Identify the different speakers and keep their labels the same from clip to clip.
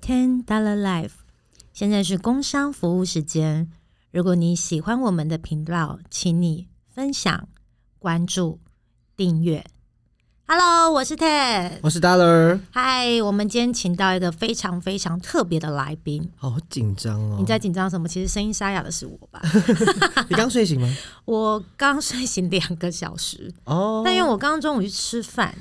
Speaker 1: Ten Dollar Life。现在是工商服务时间。如果你喜欢我们的频道，请你分享、关注、订阅。Hello，我是 Ted。
Speaker 2: 我是 Dollar，
Speaker 1: 嗨，我们今天请到一个非常非常特别的来宾。
Speaker 2: 好紧张哦！
Speaker 1: 你在紧张什么？其实声音沙哑的是我吧？
Speaker 2: 你刚睡醒吗？
Speaker 1: 我刚睡醒两个小时，
Speaker 2: 哦，
Speaker 1: 但因为我刚刚中午去吃饭，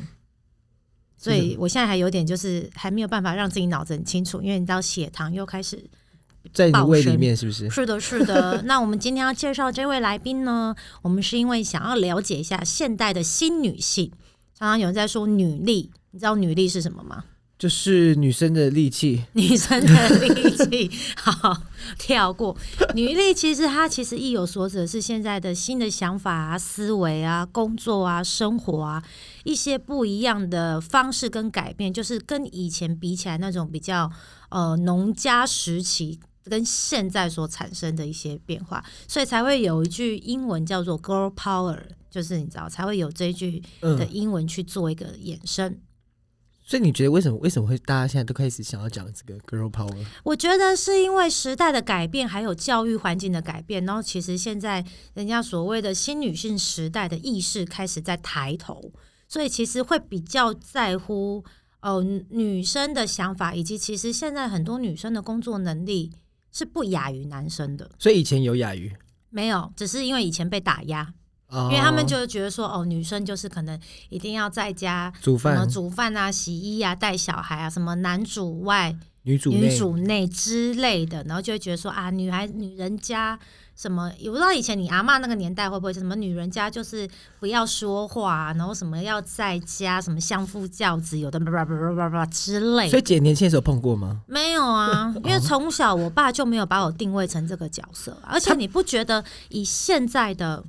Speaker 1: 所以我现在还有点就是还没有办法让自己脑子很清楚，因为你知道血糖又开始。
Speaker 2: 在你
Speaker 1: 爆
Speaker 2: 胃
Speaker 1: 声
Speaker 2: 里面是不是？
Speaker 1: 是的，是的。那我们今天要介绍这位来宾呢，我们是因为想要了解一下现代的新女性。常常有人在说女力，你知道女力是什么吗？
Speaker 2: 就是女生的力气，
Speaker 1: 女生的力气，好跳过。女力其实它其实意有所指，是现在的新的想法啊、思维啊、工作啊、生活啊一些不一样的方式跟改变，就是跟以前比起来那种比较呃农家时期。跟现在所产生的一些变化，所以才会有一句英文叫做 “girl power”，就是你知道才会有这一句的
Speaker 2: 嗯，
Speaker 1: 英文去做一个衍生。
Speaker 2: 所以你觉得为什么为什么会大家现在都开始想要讲这个 girl power？
Speaker 1: 我觉得是因为时代的改变，还有教育环境的改变，然后其实现在人家所谓的新女性时代的意识开始在抬头，所以其实会比较在乎呃女生的想法，以及其实现在很多女生的工作能力是不亚于男生的，
Speaker 2: 所以以前有哑语，
Speaker 1: 没有，只是因为以前被打压，
Speaker 2: 因
Speaker 1: 因为他们就是觉得说哦，女生就是可能一定要在家。
Speaker 2: 煮
Speaker 1: 什么
Speaker 2: 饭、
Speaker 1: 煮饭啊、洗衣啊、带小孩啊，什么男主外
Speaker 2: 女主
Speaker 1: 女
Speaker 2: 内，
Speaker 1: 主内之类的，然后就会觉得说啊，女孩女人家什么，我不知道以前你阿嬷那个年代会不会什么女人家就是不要说话啊、然后什么要在家什么相夫教子，有的叭叭叭叭叭叭之类
Speaker 2: 所
Speaker 1: 的。
Speaker 2: 以姐年轻的时候碰过吗？
Speaker 1: 没有啊，
Speaker 2: 哦
Speaker 1: 因为从小我爸就没有把我定位成这个角色，而且你不觉得以现在的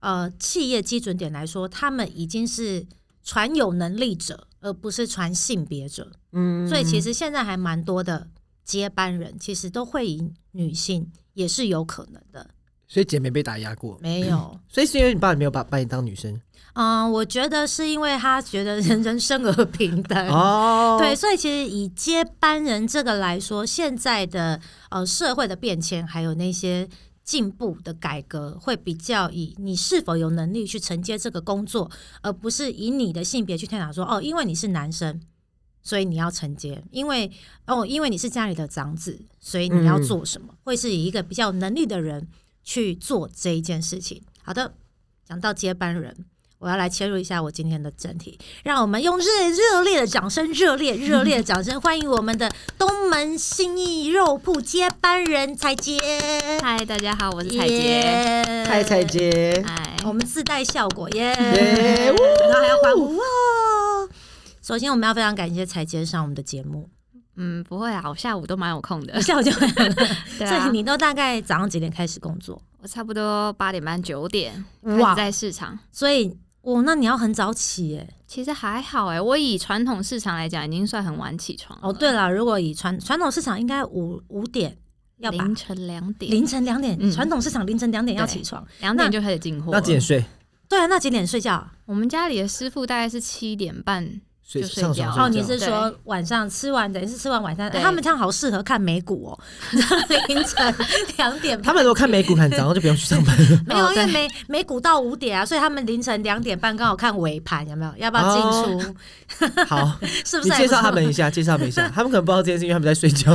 Speaker 1: 呃企业基准点来说，他们已经是传有能力者，而不是传性别者。
Speaker 2: 嗯，
Speaker 1: 所以其实现在还蛮多的接班人，其实都会以女性也是有可能的。
Speaker 2: 所以姐没被打压过，
Speaker 1: 没 有，
Speaker 2: 所以是因为你爸没有把把你当女生
Speaker 1: 嗯，我觉得是因为他觉得人 人生而平等。
Speaker 2: 哦，
Speaker 1: 对，，所以其实以接班人这个来说，现在的呃社会的变迁，还有那些进步的改革，会比较以你是否有能力去承接这个工作，而不是以你的性别去探讨说哦，因为你是男生，所以你要承接；因为哦，因为你是家里的长子，所以你要
Speaker 2: 嗯
Speaker 1: 做什么，会是以一个比较有能力的人去做这一件事情。好的，讲到接班人。我要来切入一下我今天的正题，让我们用热热烈的掌声，热 烈热烈的掌声，欢迎我们的东门新义肉铺接班人彩杰，
Speaker 3: 嗨，大家好，我是彩哎杰。
Speaker 1: 耶哦
Speaker 2: 嗨，彩，姐，
Speaker 3: 嗨，
Speaker 1: 我们自带效果耶，
Speaker 2: 耶呜
Speaker 1: 然后还要欢呼哇！哦首先，我们要非常感谢彩杰上我们的节目，
Speaker 3: 嗯，不会啊，我下午都蛮有空 的
Speaker 1: 一。下我就来了。
Speaker 3: 对
Speaker 1: 所
Speaker 3: 啊
Speaker 1: 以，你都大概早上几点开始工作？
Speaker 3: 我差不多八点半九点开
Speaker 1: 哇
Speaker 3: 始在市场。
Speaker 1: 所以，我那你要很早起耶。
Speaker 3: 其实还好哎、我以传统市场来讲，已经算很晚起床了
Speaker 1: 哦，对了，如果以传传统市场，应该五五点要吧
Speaker 3: 凌？晨两点，
Speaker 1: 凌晨两点，
Speaker 3: 嗯
Speaker 1: 传统市场凌晨两点要
Speaker 3: 对
Speaker 1: 起床。
Speaker 3: 两
Speaker 1: 那
Speaker 3: 点就开始进货
Speaker 2: 那
Speaker 3: 了。
Speaker 2: 几点睡？
Speaker 1: 对啊，那几点睡觉啊？
Speaker 3: 我们家里的师傅大概是七点半，
Speaker 2: 睡
Speaker 3: 就睡
Speaker 2: 上
Speaker 3: 觉
Speaker 2: 床睡
Speaker 1: 哦，
Speaker 3: 啊
Speaker 1: 你
Speaker 2: 觉
Speaker 1: 是说
Speaker 3: 对
Speaker 1: 晚上吃完，等于是吃完晚餐，哎
Speaker 3: 对
Speaker 1: 他们这样好适合看美股 哦，凌晨两点
Speaker 2: 他们如果看美股，看早上就不用去上班，
Speaker 1: 没有，
Speaker 3: 哦
Speaker 1: 因为
Speaker 3: 对
Speaker 1: 美美股到五点啊，所以他们凌晨两点半刚好看尾盘，有没有？要不要进出？
Speaker 3: 哦
Speaker 2: 好，
Speaker 1: 是不
Speaker 2: 你
Speaker 1: 是？
Speaker 2: 介绍他。们一下，介绍他们一下，他们可能不知道这件事，因为他们在睡觉。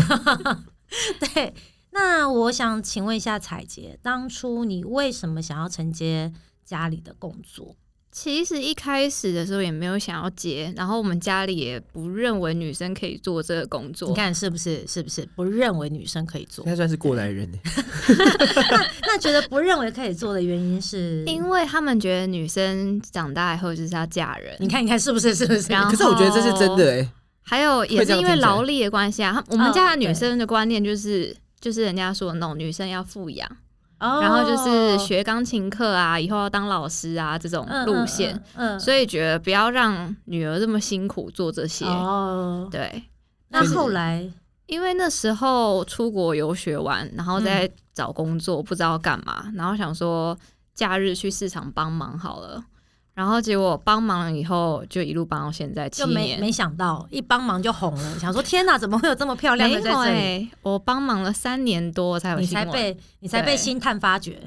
Speaker 1: 对，那我想请问一下彩杰，当初你为什么想要承接家里的工作？
Speaker 3: 其实一开始的时候也没有想要接，然后我们家里也不认为女生可以做这个工
Speaker 1: 你
Speaker 3: 作。
Speaker 1: 看是不是？是不是不认为女生可以做
Speaker 2: 应？该算是过来人呢。欸
Speaker 1: 那觉得不认为可以做的原因是？
Speaker 3: 因为他们觉得女生长大以后就是要嫁人，
Speaker 1: 你看，你看是不是？是不是？
Speaker 3: 然后
Speaker 2: 可是我觉得这是真的哎、
Speaker 3: 还有也是因为劳力的关系啊，他我们家的女生的观念就是。就是人家说那种女生要富养，
Speaker 1: 嗯哦
Speaker 3: 然后就是学钢琴课啊，以后要当老师啊这种路
Speaker 1: 嗯
Speaker 3: 线，，
Speaker 1: 嗯嗯嗯
Speaker 3: 所以觉得不要让女儿这么辛苦做这些。
Speaker 1: 哦。
Speaker 3: 对，
Speaker 1: 那
Speaker 2: 就是
Speaker 1: 后来，
Speaker 3: 因为那时候出国游学完，然后再找工作，不知道干嘛，然后想说假日去市场帮忙好了。然后结果帮忙了以后，就一路帮到现在七
Speaker 1: 就没
Speaker 3: 年。
Speaker 1: 没想到一帮忙就红了，想说天哪，怎么会有这么漂亮
Speaker 3: 没
Speaker 1: 的
Speaker 3: 有
Speaker 1: 哦在这里？
Speaker 3: 哎、我帮忙了三年多才有
Speaker 1: 你
Speaker 3: 新
Speaker 1: 才
Speaker 3: 闻，
Speaker 1: 被你才被
Speaker 3: 对
Speaker 1: 星探发 掘，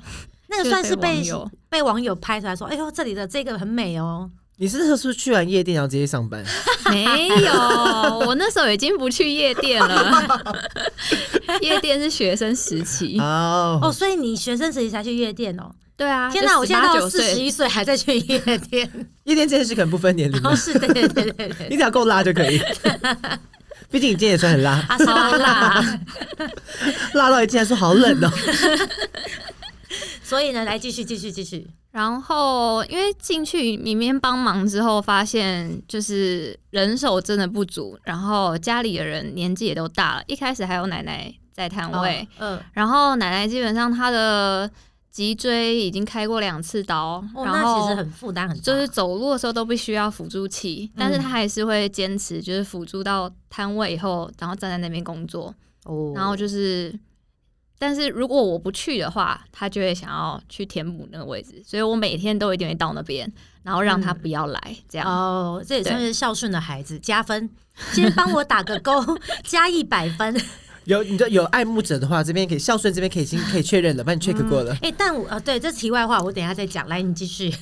Speaker 1: 那个
Speaker 3: 就
Speaker 1: 算是被
Speaker 3: 网友
Speaker 1: 被网友拍出来说，哎呦，这里的这个很美哦，
Speaker 2: 你是不是去完夜店然后直接上班？
Speaker 3: 没有，我那时候已经不去夜店了， 夜店是学生时期。
Speaker 2: 哦
Speaker 1: 哦，所以你学生时期才去夜店哦。
Speaker 3: 对啊，
Speaker 1: 天哪，我现在
Speaker 3: 就
Speaker 1: 到
Speaker 3: 18
Speaker 1: 四十
Speaker 3: 岁，
Speaker 1: 一岁还在去夜店，哦
Speaker 2: 夜店这件事可能不分年龄
Speaker 1: 然， 后是对对对对 对，
Speaker 2: 你只要够辣就可以。毕竟你今天也算很辣，
Speaker 1: 啊，是吧
Speaker 3: 好啦，
Speaker 2: 辣到你竟然说 好冷哦。
Speaker 1: 所以呢，来继续继续继续，
Speaker 3: 然后因为进去里面帮忙之后，发现就是人手真的不足，然后家里的人年纪也都大了，一开始还有奶奶在摊位，
Speaker 1: 嗯，
Speaker 3: 然后奶奶基本上她的脊椎已经开过两次刀，
Speaker 1: 哦，
Speaker 3: 然
Speaker 1: 那
Speaker 3: 后
Speaker 1: 其实很负担很大，
Speaker 3: 就是走路的时候都必须要辅助器，但是
Speaker 1: 啊嗯
Speaker 3: 他还是会坚持，就是辅助到摊位以后，然后站在那边工作，
Speaker 1: 哦，
Speaker 3: 然后就是。但是如果我不去的话，他就会想要去填补那个位置，所以我每天都一定会到那边，然后让他
Speaker 1: 嗯
Speaker 3: 不要来，这样、
Speaker 1: 哦，这也
Speaker 3: 对
Speaker 1: 算是孝顺的孩子，加分。今天帮我打个勾，加一百分。
Speaker 2: 有你知道有爱慕者的话，这边可以孝顺，这边可以已经可以确认了，帮你 check 过了。
Speaker 1: 哎、但我呃，对，这题外话，我等一下再讲。来，你继 续。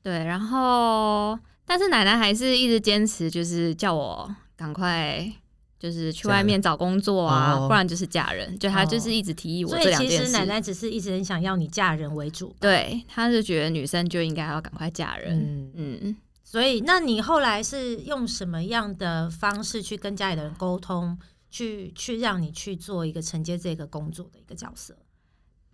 Speaker 3: 对。然后，但是奶奶还是一直坚持，就是叫我赶快就是去
Speaker 2: 嫁人
Speaker 3: 外面找工作啊，
Speaker 2: 哦
Speaker 3: 不然就是嫁人。就她就是一直提议我
Speaker 1: 哦所
Speaker 3: 这
Speaker 1: 以
Speaker 3: 两
Speaker 1: 其
Speaker 3: 件
Speaker 1: 实
Speaker 3: 事。
Speaker 1: 奶奶只是一直很想要你嫁人为主。
Speaker 3: 对，他就觉得女生就应该要赶快嫁人。
Speaker 1: 嗯，
Speaker 3: 嗯，
Speaker 1: 所以那你后来是用什么样的方式去跟家里的人沟通，去去让你去做一个承接这个工作的一个角色？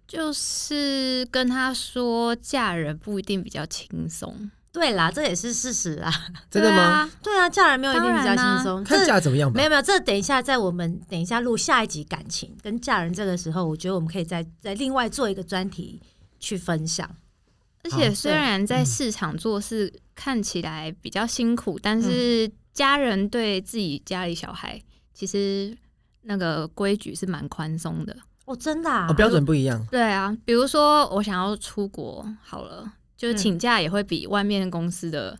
Speaker 3: 就是跟他说嫁人不一定比较轻松，
Speaker 1: 对啦，这也是事实啊。
Speaker 2: 真的
Speaker 3: 对
Speaker 2: 吗？
Speaker 3: 啊？
Speaker 1: 对啊，嫁人没有一定比较
Speaker 3: 当然啊
Speaker 1: 轻松，
Speaker 2: 看
Speaker 1: 这
Speaker 2: 嫁怎么 样吧
Speaker 1: 没。有没有，这等一下在我们等一下录下一集感情跟嫁人这个时候，我觉得我们可以再再另外做一个专题去分享。
Speaker 3: 啊而
Speaker 2: 好
Speaker 3: 且虽
Speaker 1: 对
Speaker 3: 然在
Speaker 2: 嗯
Speaker 3: 市场做事看起来比较辛苦，但是家人对自己家里小孩其实那个规矩是蛮宽松的。
Speaker 1: 哦，真的、啊
Speaker 2: 哦，标准不一样。
Speaker 3: 对啊，比如说我想要出国好了，就是
Speaker 1: 嗯
Speaker 3: 请假也会比外面公司的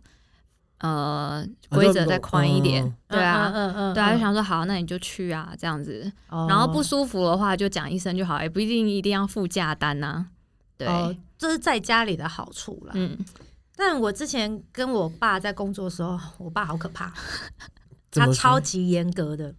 Speaker 3: 呃规则再宽一点。
Speaker 2: 哦
Speaker 3: 对啊，
Speaker 1: 嗯嗯嗯
Speaker 3: 对啊，就
Speaker 1: 嗯
Speaker 3: 想说好，那你就去啊，这样子。
Speaker 1: 哦
Speaker 3: 然后不舒服的话就讲一声就好，也不一定一定要附价单呐、对，
Speaker 1: 哦，这是在家里的好处啦。
Speaker 3: 嗯，
Speaker 1: 但我之前跟我爸在工作的时候，我爸好可怕，
Speaker 2: 怎
Speaker 1: 他
Speaker 2: 么说
Speaker 1: 超级严格的，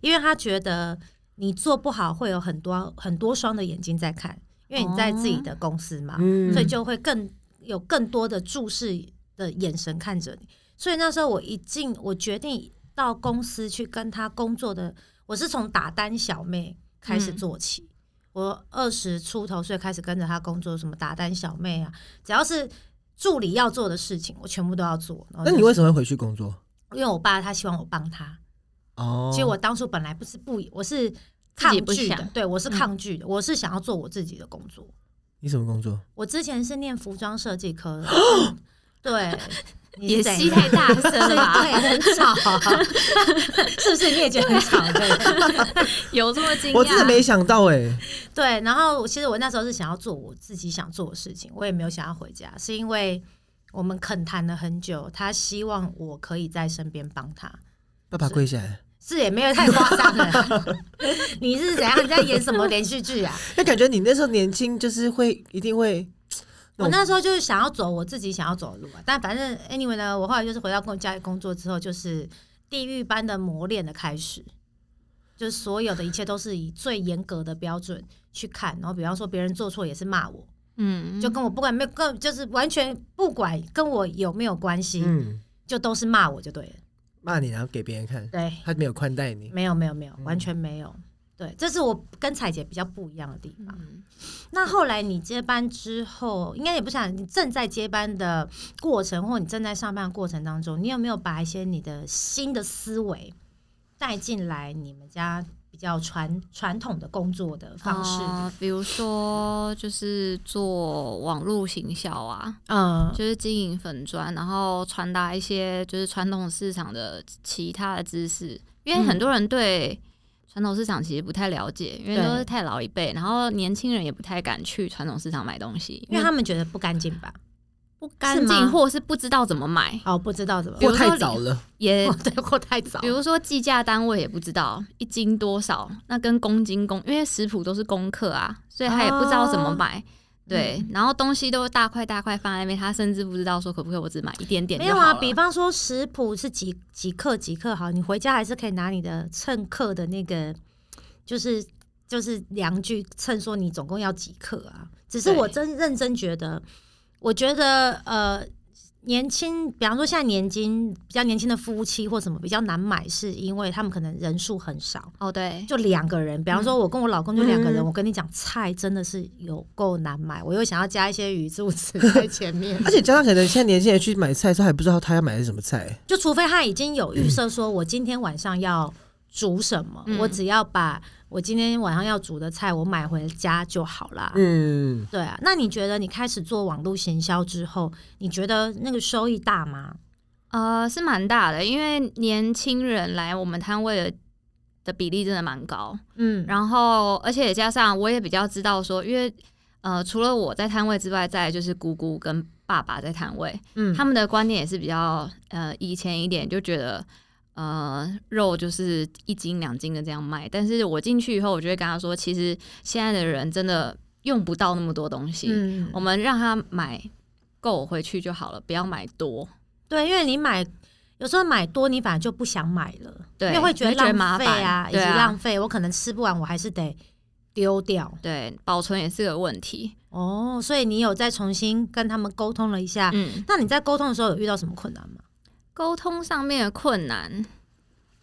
Speaker 1: 因为他觉得你做不好会有很多很多双的眼睛在看，因为你在自己的公司嘛，
Speaker 2: 嗯
Speaker 1: 所以就会更有更多的注视的眼神看着你。所以那时候我一进，我决定到公司去跟他工作的，我是从打单小妹开始
Speaker 3: 嗯
Speaker 1: 做起。我二十出头岁开始跟着他工作，什么打单小妹啊，只要是助理要做的事情，我全部都要做。然后就
Speaker 2: 那你
Speaker 1: 是
Speaker 2: 为什么会回去工作？
Speaker 1: 因为我爸他希望我帮他，
Speaker 2: 哦，
Speaker 1: 其实我当初本来不是不，我是抗拒
Speaker 3: 自己不
Speaker 1: 的
Speaker 3: 想，
Speaker 1: 对我
Speaker 2: 嗯
Speaker 1: 是抗拒的，我是想要做我自己的工作。
Speaker 2: 你什么工作？
Speaker 1: 我之前是念服装设计科的， 嗯对，你是
Speaker 3: 也
Speaker 1: 怎
Speaker 3: 吸
Speaker 1: 样
Speaker 3: 太大声
Speaker 1: 对
Speaker 3: 了吧，
Speaker 1: 对，很吵， 是不是你也觉得很吵？对
Speaker 3: 有这么惊
Speaker 2: 我真的
Speaker 3: 讶？
Speaker 2: 没想到哎、
Speaker 1: 对。然后其实我那时候是想要做我自己想做的事情，我也没有想要回家，是因为我们恳谈了很久，他希望我可以在身边帮他。
Speaker 2: 爸爸跪下来，
Speaker 1: 是也没有太夸张了， 你是怎样？你在演什么连续剧啊？
Speaker 2: 那感觉你那时候年轻，就是会一定会
Speaker 1: 我那时候就是想要走我自己想要走的路啊，但反正 anyway 呢，我后来就是回到跟家里工作之后，就是地狱般的磨练的开始，就是所有的一切都是以最严格的标准去看，然后比方说别人做错也是骂我，
Speaker 3: 嗯，
Speaker 1: 就跟我不管没有跟就是完全不管跟我有没有关系，
Speaker 2: 嗯
Speaker 1: 就都是骂我就对了，
Speaker 2: 骂你，然后给别人看，
Speaker 1: 对，嗯
Speaker 2: 他没有宽待你。
Speaker 1: 没有没有没有，完全没有，对，这是我跟彩姐比较不一样的地方。
Speaker 3: 嗯
Speaker 1: 那后来你接班之后，应该也不想你正在接班的过程，或你正在上班的过程当中，你有没有把一些你的新的思维带进来你们家比较传传统的工作的方式？
Speaker 3: 呃比如说就是做网络行销啊，
Speaker 1: 嗯、
Speaker 3: 就是经营粉砖，然后传达一些就是传统市场的其他的知识，因为
Speaker 1: 嗯
Speaker 3: 很多人对传统市场其实不太了解，因为
Speaker 1: 对
Speaker 3: 都是太老一辈，然后年轻人也不太敢去传统市场买东西，
Speaker 1: 因为他们觉得不干净吧？不干
Speaker 3: 干净
Speaker 1: 净或
Speaker 3: 货是不知道怎么买，
Speaker 1: 哦不知道怎么
Speaker 3: 比
Speaker 2: 或
Speaker 3: 如说
Speaker 2: 太
Speaker 3: 你
Speaker 2: 早了，
Speaker 3: 也
Speaker 1: 哦 对或太早
Speaker 3: 比如说计价单位也不知道一斤多少，那跟公斤公，因为食谱都是公克啊，所以他也不知道怎
Speaker 1: 哦
Speaker 3: 么买。对，
Speaker 1: 嗯
Speaker 3: 然后东西都大块大块放在那边，他甚至不知道说可不可以我只买一点点
Speaker 1: 没
Speaker 3: 就
Speaker 1: 有
Speaker 3: 好
Speaker 1: 啊，
Speaker 3: 了。
Speaker 1: 比方说食谱是几几克几克好，你回家还是可以拿你的称克的那个，就是就是量具称说你总共要几克啊。只是
Speaker 3: 对
Speaker 1: 我真认真觉得，我觉得呃，年轻，比方说现在年轻比较年轻的夫妻或什么比较难买，是因为他们可能人数很少。
Speaker 3: 哦，对，
Speaker 1: 就两个人，比方
Speaker 3: 嗯
Speaker 1: 说，我跟我老公就两个人，
Speaker 2: 嗯
Speaker 1: 我跟你讲，菜真的是有够难买，我又想要加一些鱼柱 子在前面，
Speaker 2: 而且加上可能现在年轻人去买菜的时候还不知道他要买的是什么菜，
Speaker 1: 就除非他已经有预设，说我今天晚上要煮什么，
Speaker 3: 嗯
Speaker 1: 我只要把我今天晚上要煮的菜我买回家就好啦。
Speaker 2: 嗯，
Speaker 1: 对啊，那你觉得你开始做网络行销之后，你觉得那个收益大吗？
Speaker 3: 呃，是蛮大的，因为年轻人来我们摊位的的比例真的蛮高。
Speaker 1: 嗯，
Speaker 3: 然后，而且加上我也比较知道说，因为呃，除了我在摊位之外，再来就是姑姑跟爸爸在摊位，
Speaker 1: 嗯
Speaker 3: 他们的观念也是比较呃以前一点，就觉得呃肉就是一斤两斤的这样卖。但是我进去以后，我就会跟他说，其实现在的人真的用不到那么多东西，
Speaker 1: 嗯
Speaker 3: 我们让他买够回去就好了，不要买多。
Speaker 1: 对，因为你买有时候买多，你反而就不想买了，
Speaker 3: 对，
Speaker 1: 因为会觉
Speaker 3: 你会觉得
Speaker 1: 浪
Speaker 3: 麻
Speaker 1: 费
Speaker 3: 烦
Speaker 1: 啊，以及
Speaker 3: 对啊
Speaker 1: 浪费，我可能吃不完，我还是得丢掉。
Speaker 3: 对，保存也是个问题。
Speaker 1: 哦，所以你有再重新跟他们沟通了一下，
Speaker 3: 嗯，
Speaker 1: 那你在沟通的时候有遇到什么困难吗？
Speaker 3: 沟通上面的困难，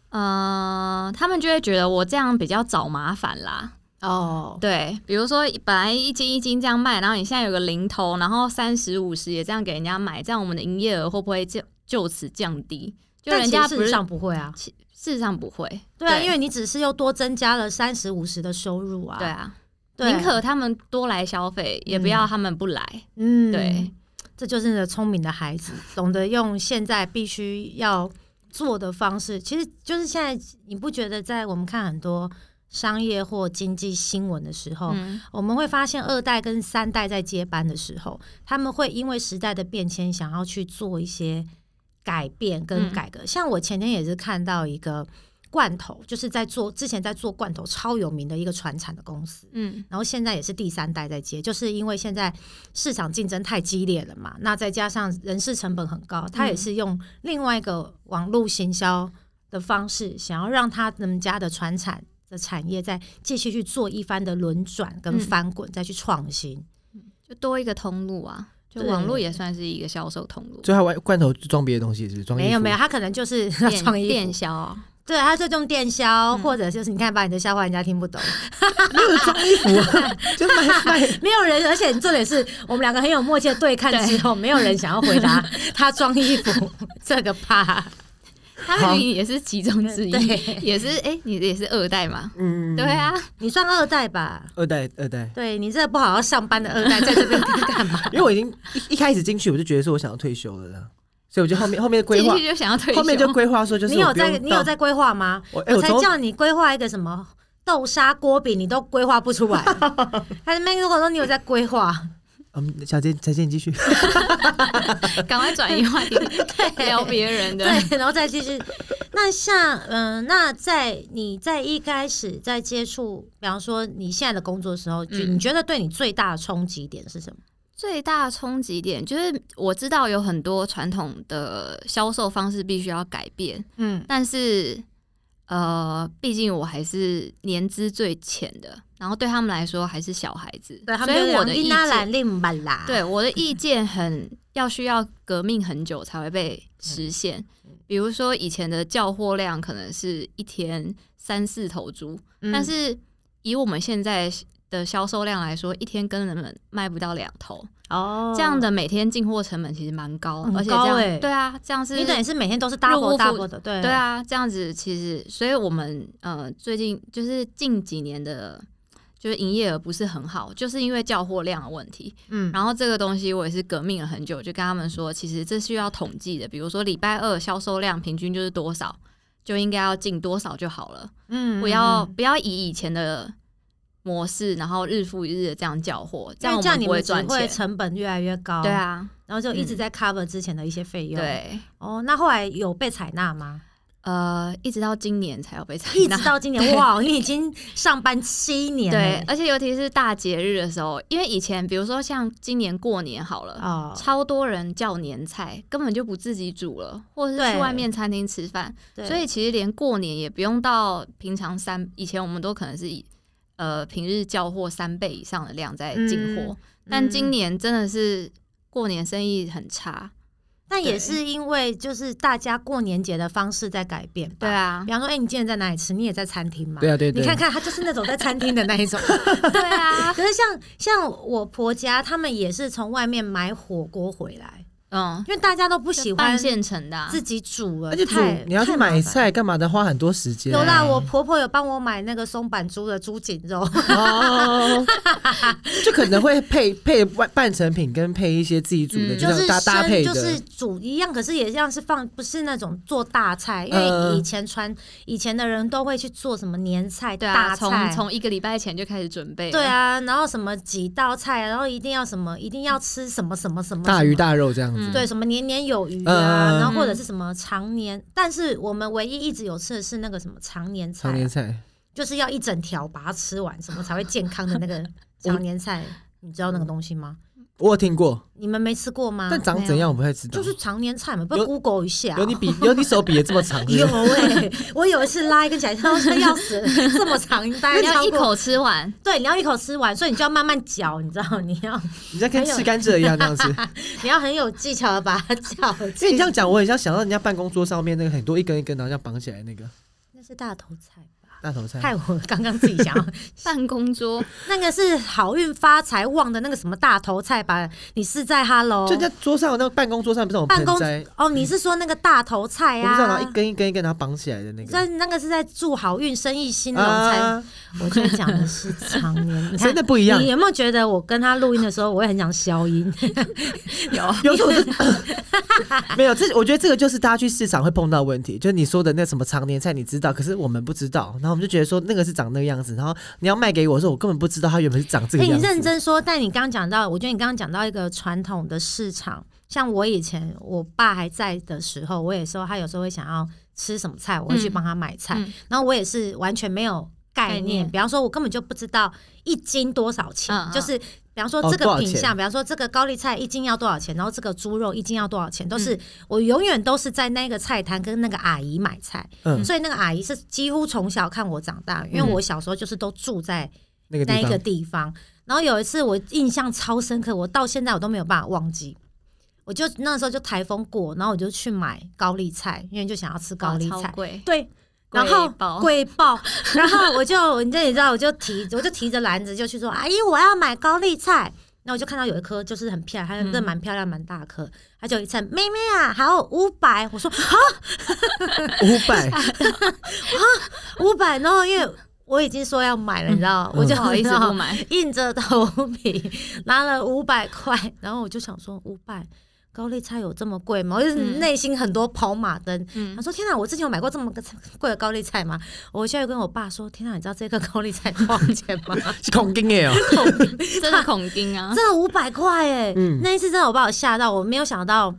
Speaker 3: 呃，他们就会觉得我这样比较找麻烦啦。
Speaker 1: 哦，
Speaker 3: 对，比如说本来一斤一斤这样卖，然后你现在有个零头，然后三十五十也这样给人家买，这样我们的营业额会不会就就此降低？就
Speaker 1: 但
Speaker 3: 人
Speaker 1: 其实
Speaker 3: 家
Speaker 1: 事
Speaker 3: 不
Speaker 1: 实
Speaker 3: 是
Speaker 1: 上不会啊，
Speaker 3: 事实上不会，
Speaker 1: 对啊，因为你只是又多增加了三十五十的收入啊，
Speaker 3: 对啊，
Speaker 1: 对，
Speaker 3: 宁可他们多来消费，也不要他们不来。
Speaker 1: 嗯
Speaker 3: 对，
Speaker 1: 这就是你的聪明的孩子，懂得用现在必须要做的方式，其实就是现在你不觉得在我们看很多商业或经济新闻的时候，
Speaker 3: 嗯，
Speaker 1: 我们会发现二代跟三代在接班的时候，他们会因为时代的变迁，想要去做一些改变跟
Speaker 3: 嗯
Speaker 1: 改革。像我前天也是看到一个罐头，就是在做之前在做罐头超有名的一个传产的公司。
Speaker 3: 嗯，
Speaker 1: 然后现在也是第三代在接，就是因为现在市场竞争太激烈了嘛，那再加上人事成本很高，他
Speaker 3: 嗯
Speaker 1: 也是用另外一个网络行销的方式，想要让他们家的传产的产业再继续去做一番的轮转
Speaker 3: 嗯
Speaker 1: 跟翻滚，再去创新。
Speaker 3: 就多一个通路啊，就
Speaker 1: 对
Speaker 3: 网络也算是一个销售通路，
Speaker 2: 最后罐罐头装别的东西是不是装
Speaker 1: 没有没有，
Speaker 2: 有，
Speaker 1: 他可能就是
Speaker 3: 电
Speaker 1: 创业，
Speaker 3: 电嗯销啊，
Speaker 1: 对他就用电销，或者就是你看把你的笑话人家听不懂，
Speaker 2: 没有 装衣服啊，就卖 卖
Speaker 1: 没有人，而且重点是我们两个很有默契的对看之后，没有人想要回 答他装衣服这个怕。
Speaker 3: 他们明明也是其中之一，
Speaker 1: 对，
Speaker 3: 也是哎、你也是二代嘛，
Speaker 2: 嗯，
Speaker 3: 对啊，
Speaker 1: 你算二代吧？
Speaker 2: 二代二代，
Speaker 1: 对你这不好好上班的二代， 在这边干嘛？
Speaker 2: 因为我已经一一开始进去我就觉得说我想要退休了啦，所以我就后面后面的规
Speaker 3: 进
Speaker 2: 划
Speaker 3: 去就想要退休，
Speaker 2: 后面就规划说就是
Speaker 1: 你有
Speaker 2: 我不用
Speaker 1: 在你有
Speaker 2: 到
Speaker 1: 在规划吗？
Speaker 2: 我哎
Speaker 1: 我
Speaker 2: 我
Speaker 1: 才
Speaker 2: 从
Speaker 1: 叫你规划一个什么豆沙锅饼，你都规划不出 来。他那边跟我说你有在规划，
Speaker 2: 嗯小姐小姐你继续，
Speaker 3: 赶快转移 话题，聊别人的。
Speaker 1: 对，然后再继续。那像嗯、那在你在一开始在接触，比方说你现在的工作的时候，就
Speaker 3: 嗯
Speaker 1: 你觉得对你最大的冲击点是什么？
Speaker 3: 最大的冲击点就是我知道有很多传统的销售方式必须要改变，
Speaker 1: 嗯，
Speaker 3: 但是呃，毕竟我还是年资最浅的，然后对他们来说还是小孩子，
Speaker 1: 对，他
Speaker 3: 所
Speaker 1: 们
Speaker 3: 以
Speaker 1: 就
Speaker 3: 我
Speaker 1: 讲
Speaker 3: 的
Speaker 1: 你
Speaker 3: 意
Speaker 1: 哪
Speaker 3: 见，
Speaker 1: 懒另办啦，
Speaker 3: 对我的意见很要需要革命很久才会被实
Speaker 1: 嗯
Speaker 3: 现。比如说以前的叫货量可能是一天三四头猪，
Speaker 1: 嗯，
Speaker 3: 但是以我们现在的销售量来说，一天根本卖不到两头，
Speaker 1: 哦
Speaker 3: 这样的每天进货成本其实蛮高，
Speaker 1: 很
Speaker 3: 而且这
Speaker 1: 高
Speaker 3: 样、
Speaker 1: 欸
Speaker 3: 对啊，这样是
Speaker 1: 你等于是每天都是
Speaker 3: 入不
Speaker 1: double
Speaker 3: 敷
Speaker 1: double 的，对
Speaker 3: 对，啊，这样子其实，所以我们呃最近就是近几年的。就是营业额不是很好，就是因为叫货量的问题。
Speaker 1: 嗯，
Speaker 3: 然后这个东西我也是革命了很久，就跟他们说，其实这需要统计的。比如说礼拜二销售量平均就是多少，就应该要进多少就好了。
Speaker 1: 嗯
Speaker 3: 不要不要以以前的模式，然后日复一日的这样缴获，这
Speaker 1: 因为
Speaker 3: 样我
Speaker 1: 这样
Speaker 3: 们
Speaker 1: 你
Speaker 3: 不会
Speaker 1: 们只
Speaker 3: 赚
Speaker 1: 会哦
Speaker 3: 钱。
Speaker 1: 成本越来越高，
Speaker 3: 对，啊，
Speaker 1: 然后就一直在 cover 之前的一些费用。，
Speaker 3: 对，
Speaker 1: 哦，那后来有被采纳 吗？
Speaker 3: 呃，一直到今年才有被采
Speaker 1: 一
Speaker 3: 纳
Speaker 1: 直。到今年，哇，你已经上班七年
Speaker 3: 对
Speaker 1: 了，，
Speaker 3: 而且尤其是大节日的时候，因为以前比如说像今年过年好了，
Speaker 1: 哦，
Speaker 3: 超多人叫年菜，根本就不自己煮了，或者是去
Speaker 1: 对
Speaker 3: 外面餐厅吃饭，
Speaker 1: 对
Speaker 3: 所以其实连过年也不用到平常三，以前我们都可能是以呃平日交货三倍以上的量在进货，但今
Speaker 1: 嗯
Speaker 3: 年真的是过年生意很差，
Speaker 1: 但也
Speaker 3: 对
Speaker 1: 是因为就是大家过年节的方式在改变吧。
Speaker 3: 对啊
Speaker 1: 比，方说，哎、你今天在哪里吃？你也在餐厅嘛？
Speaker 2: 对啊，对对，
Speaker 1: 你看看，他就是那种在餐厅的那一 种。
Speaker 3: 对啊，
Speaker 1: 可是像像我婆家，他们也是从外面买火锅回来，
Speaker 3: 嗯，
Speaker 1: 因为大家都不喜
Speaker 3: 就
Speaker 1: 欢
Speaker 3: 半现成的、啊
Speaker 1: 自，己煮了，
Speaker 2: 而且煮
Speaker 1: 太
Speaker 2: 你要去
Speaker 1: 太麻烦
Speaker 2: 买菜干嘛的，花很多时间。啊
Speaker 1: 有啦，我婆婆有帮我买那个松板猪的猪颈 肉，
Speaker 2: 哦，就可能会配配半半成品跟配一些自己煮的，
Speaker 3: 嗯
Speaker 2: 这
Speaker 1: 是
Speaker 2: 样搭搭配
Speaker 1: 生
Speaker 2: 的，
Speaker 1: 就是煮一样，可是也像是放不是那种做大菜，因
Speaker 2: 呃
Speaker 1: 为以前传以前的人都会去做什么年菜、
Speaker 3: 对
Speaker 1: 大
Speaker 3: 啊，从
Speaker 1: 菜。
Speaker 3: 从一个礼拜前就开始准备，
Speaker 1: 对，啊，然后什么几道菜，然后一定要什么，一定要吃什么什么什么
Speaker 2: 大
Speaker 1: 什
Speaker 2: 鱼
Speaker 1: 么
Speaker 2: 大肉这样
Speaker 3: 嗯
Speaker 2: 子。
Speaker 1: 对，什么年年有余
Speaker 2: 嗯
Speaker 1: 啊，
Speaker 2: 嗯
Speaker 1: 然后或者是什么常年，但是我们唯一一直有吃的是那个什么常年菜
Speaker 2: 常
Speaker 1: 啊，
Speaker 2: 年菜，
Speaker 1: 就是要一整条把它吃完，什么才会健康的那 个常年菜，你知道那个东西吗？
Speaker 2: 我有听过，
Speaker 1: 你们没吃过吗？
Speaker 2: 但长怎样我不太知道。
Speaker 1: 嗯啊就是常年菜嘛，不
Speaker 2: 有
Speaker 1: Google 一下
Speaker 2: 有
Speaker 1: 啊。
Speaker 2: 你比有你手比也这么长，
Speaker 1: 有哎、我有一次拉一根起来，他说要 死了，这么长，大概
Speaker 3: 你要
Speaker 1: 超
Speaker 3: 一
Speaker 1: 过
Speaker 3: 口 吃完，
Speaker 1: 对，你要一口吃完，所以你就要慢慢嚼，你知道，你要
Speaker 2: 你在跟吃甘蔗一样这样子。
Speaker 1: 你要很有技巧的把它嚼进去。
Speaker 2: 因为你这样讲，我很像想到人家办公桌上面那个很多一根一根，然后这样绑起来那个
Speaker 1: 那是大头菜吧？
Speaker 2: 大头菜。
Speaker 1: 害我刚刚自己 想要
Speaker 3: 办公桌，
Speaker 1: 那个是好运发财旺的那个什么大头菜吧？你是在哈喽
Speaker 2: 就人家桌上那个办公桌上不是那种
Speaker 1: 办
Speaker 2: 盆
Speaker 1: 公
Speaker 2: 栽，
Speaker 1: 哦？你是说那个大头菜
Speaker 2: 我不知道，然后
Speaker 1: 啊
Speaker 2: 一？根一根一根，然后绑起来的那
Speaker 1: 在
Speaker 2: 个。
Speaker 1: 那个是在祝好运、生意兴隆才。，我就讲的是常年，你看
Speaker 2: 啊真的不一样
Speaker 1: 你。有没有觉得我跟他录音的时候，我也很想消音？
Speaker 3: 有
Speaker 2: 有时候我就没有这，我觉得这个就是大家去市场会碰到的问题，就是你说的那什么常年菜，你知道，可是我们不知道，然后我们就觉得说那个是长那个样子，然后你要卖给我的时候，我根本不知道它原本是长这
Speaker 1: 哎、
Speaker 2: 个样
Speaker 1: 你
Speaker 2: 子。
Speaker 1: 认真说，但你刚刚讲到，我觉得你刚刚讲到一个传统的市场，像我以前我爸还在的时候，我也说他有时候会想要吃什么菜，我会去
Speaker 3: 嗯
Speaker 1: 帮他买菜，
Speaker 3: 嗯
Speaker 1: 然后我也是完全没有概
Speaker 3: 概
Speaker 1: 念，
Speaker 3: 念
Speaker 1: 比方说我根本就不知道一斤多少钱，
Speaker 3: 嗯嗯
Speaker 1: 就是。比方说
Speaker 2: 哦
Speaker 1: 这个
Speaker 2: 多少
Speaker 1: 品
Speaker 2: 钱
Speaker 1: 相，比方说这个高丽菜一斤要多少钱，然后这个猪肉一斤要多少钱，都
Speaker 3: 嗯
Speaker 1: 是、我永远都是在那个菜摊跟那个阿姨买菜，
Speaker 2: 嗯
Speaker 1: 所以那个阿姨是几乎从小看我长大，因为
Speaker 3: 嗯
Speaker 1: 我小时候就是都住在
Speaker 2: 那个
Speaker 1: 那
Speaker 2: 地
Speaker 1: 一
Speaker 2: 方
Speaker 1: 个，地方。然后有一次我印象超深刻，我到现在我都没有办法忘记。我就那时候就台风过，然后我就去买高丽菜，因为就想要吃高丽
Speaker 3: 哇哦超
Speaker 1: 菜。
Speaker 3: 贵，
Speaker 1: 对，然后
Speaker 3: 贵爆
Speaker 1: 贵爆，然后我就你这你知道，我就提我就提着篮子就去说，阿姨我要买高丽菜。那我就看到有一颗就是很漂亮，它真的蛮漂亮，蛮大颗，它就一称，妹妹啊，还有五百，我说
Speaker 2: 五百，
Speaker 1: 五百，然后因为我已经说要买了，你知道，
Speaker 2: 嗯
Speaker 1: 我就
Speaker 3: 不好意思不买，
Speaker 1: 硬着头皮拿了五百块，然后我就想说五百高丽菜有这么贵吗？我就是
Speaker 3: 嗯
Speaker 1: 内心很多跑马灯。
Speaker 3: 嗯
Speaker 1: 他，说：“天哪，我之前有买过这么个贵的高丽菜吗？”我现在跟我爸说：“天哪，你知道这个高丽菜多少钱吗？
Speaker 2: 是孔丁耶哦，
Speaker 3: 真的恐惊啊！
Speaker 1: 真的五百块哎！”
Speaker 2: 嗯
Speaker 1: 那一次真的我把我吓到，我没有想到，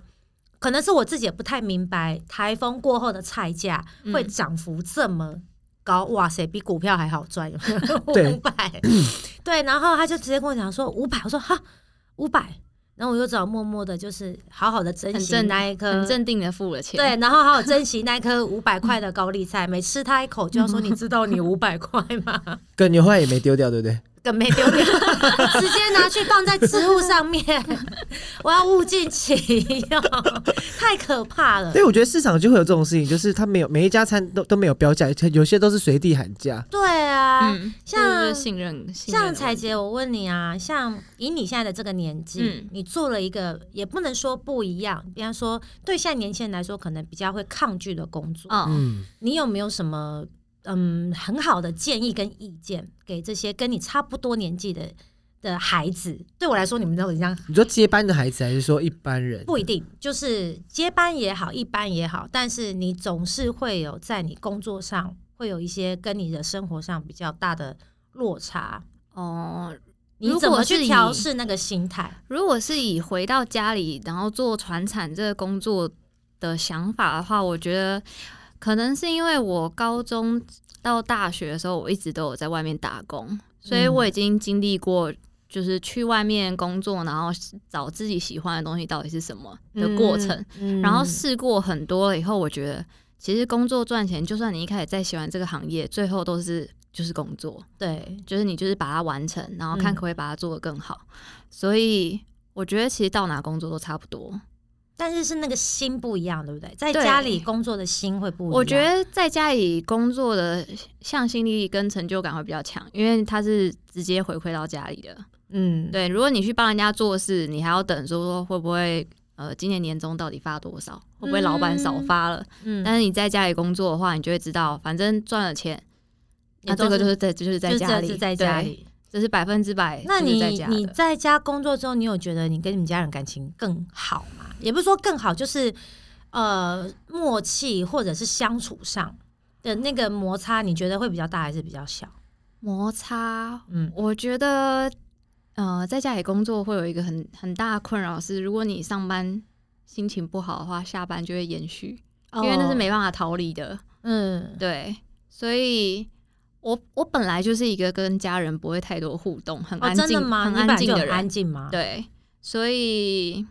Speaker 1: 可能是我自己也不太明白，台风过后的菜价会
Speaker 3: 嗯
Speaker 1: 涨幅这么高，哇塞，比股票还好 赚，有没有？
Speaker 2: 对
Speaker 1: 五百， 对，然后他就直接跟我讲说五百，我说哈五百，然后我就只好默默的，就是好好的珍
Speaker 3: 很
Speaker 1: 惜
Speaker 3: 正
Speaker 1: 那一颗
Speaker 3: 很。镇定的付了钱。
Speaker 1: 对，然后好好珍惜那颗五百块的高丽菜，每吃它一口就要 说：“你知道你五百块吗
Speaker 2: 跟牛花也没丢掉，对不对？？”
Speaker 1: 更没丢脸，直接拿去放在植物上面，我要物尽其用，太可怕了。
Speaker 2: 对，我觉得市场就会有这种事情，就是它没有每一家餐都都没有标价，有些都是随地喊价。
Speaker 1: 对啊，
Speaker 3: 嗯，
Speaker 1: 像
Speaker 3: 这就是信任，信任的
Speaker 1: 像
Speaker 3: 问
Speaker 1: 彩
Speaker 3: 题
Speaker 1: 杰，我问你啊，像以你现在的这个年纪，
Speaker 3: 嗯
Speaker 1: 你做了一个也不能说不一样，比方说对现在年轻人来说可能比较会抗拒的工作，
Speaker 3: 嗯，
Speaker 2: 嗯，
Speaker 1: 你有没有什么嗯很好的建议跟意见给这些跟你差不多年纪的的孩子？对我来说，你们都很像，
Speaker 2: 你说接班的孩子还是说一般人？
Speaker 1: 不一定就是接班也好，一般也好，但是你总是会有在你工作上会有一些跟你的生活上比较大的落差。
Speaker 3: 哦，
Speaker 1: 你
Speaker 3: 如
Speaker 1: 怎
Speaker 3: 果
Speaker 1: 么去
Speaker 3: 是
Speaker 1: 调
Speaker 3: 以
Speaker 1: 试那个心态？
Speaker 3: 如果是以回到家里，然后做传产这个工作的想法的话，我觉得可能是因为我高中到大学的时候，我一直都有在外面打
Speaker 1: 嗯
Speaker 3: 工，所以我已经经历过。就是去外面工作，然后找自己喜欢的东西到底是什么的过程，
Speaker 1: 嗯，
Speaker 3: 然后
Speaker 1: 嗯
Speaker 3: 试过很多了以后，我觉得其实工作赚钱，就算你一开始再喜欢这个行业，最后都是就是工作。
Speaker 1: 对，
Speaker 3: 就是你就是把它完成，然后看
Speaker 1: 嗯
Speaker 3: 可不可以把它做得更好。所以我觉得其实到哪工作都差不多。
Speaker 1: 但是是那个心不一样，对不对？在
Speaker 3: 对
Speaker 1: 家里工作的心会不一样。
Speaker 3: 我觉得在家里工作的向心力跟成就感会比较强，因为它是直接回馈到家里的。
Speaker 1: 嗯，
Speaker 3: 对，如果你去帮人家做事，你还要等说会不会呃今年年终到底发多少，会不会老板少发了？
Speaker 1: 嗯，
Speaker 3: 但是你在家里工作的话，你就会知道，反正赚了钱，那、
Speaker 1: 也都
Speaker 3: 这个就是在这就是在
Speaker 1: 就
Speaker 3: 家
Speaker 1: 这
Speaker 3: 里，
Speaker 1: 是在家
Speaker 3: 对，
Speaker 1: 里。
Speaker 3: 这是百分之百。
Speaker 1: 那
Speaker 3: 就是
Speaker 1: 你
Speaker 3: 在家
Speaker 1: 你
Speaker 3: 哎的
Speaker 1: 在家工作之后，你有觉得你跟你们家人感情更好吗？也不是说更好，就是呃默契或者是相处上的那个摩擦，你觉得会比较大还是比较小？
Speaker 3: 摩擦
Speaker 1: 嗯
Speaker 3: 我觉得，呃，在家里工作会有一个很很大的困扰是，如果你上班心情不好的话，下班就会延续，因为那是
Speaker 1: 哦
Speaker 3: 没办法逃离的。
Speaker 1: 嗯
Speaker 3: 对，所以我我本来就是一个跟家人不会太多互动，很
Speaker 1: 哦，
Speaker 3: 安
Speaker 1: 真
Speaker 3: 静、
Speaker 1: 的吗？
Speaker 3: 很
Speaker 1: 你本来
Speaker 3: 安静
Speaker 1: 就
Speaker 3: 的
Speaker 1: 很安
Speaker 3: 人。
Speaker 1: 静吗？，
Speaker 3: 对，所以，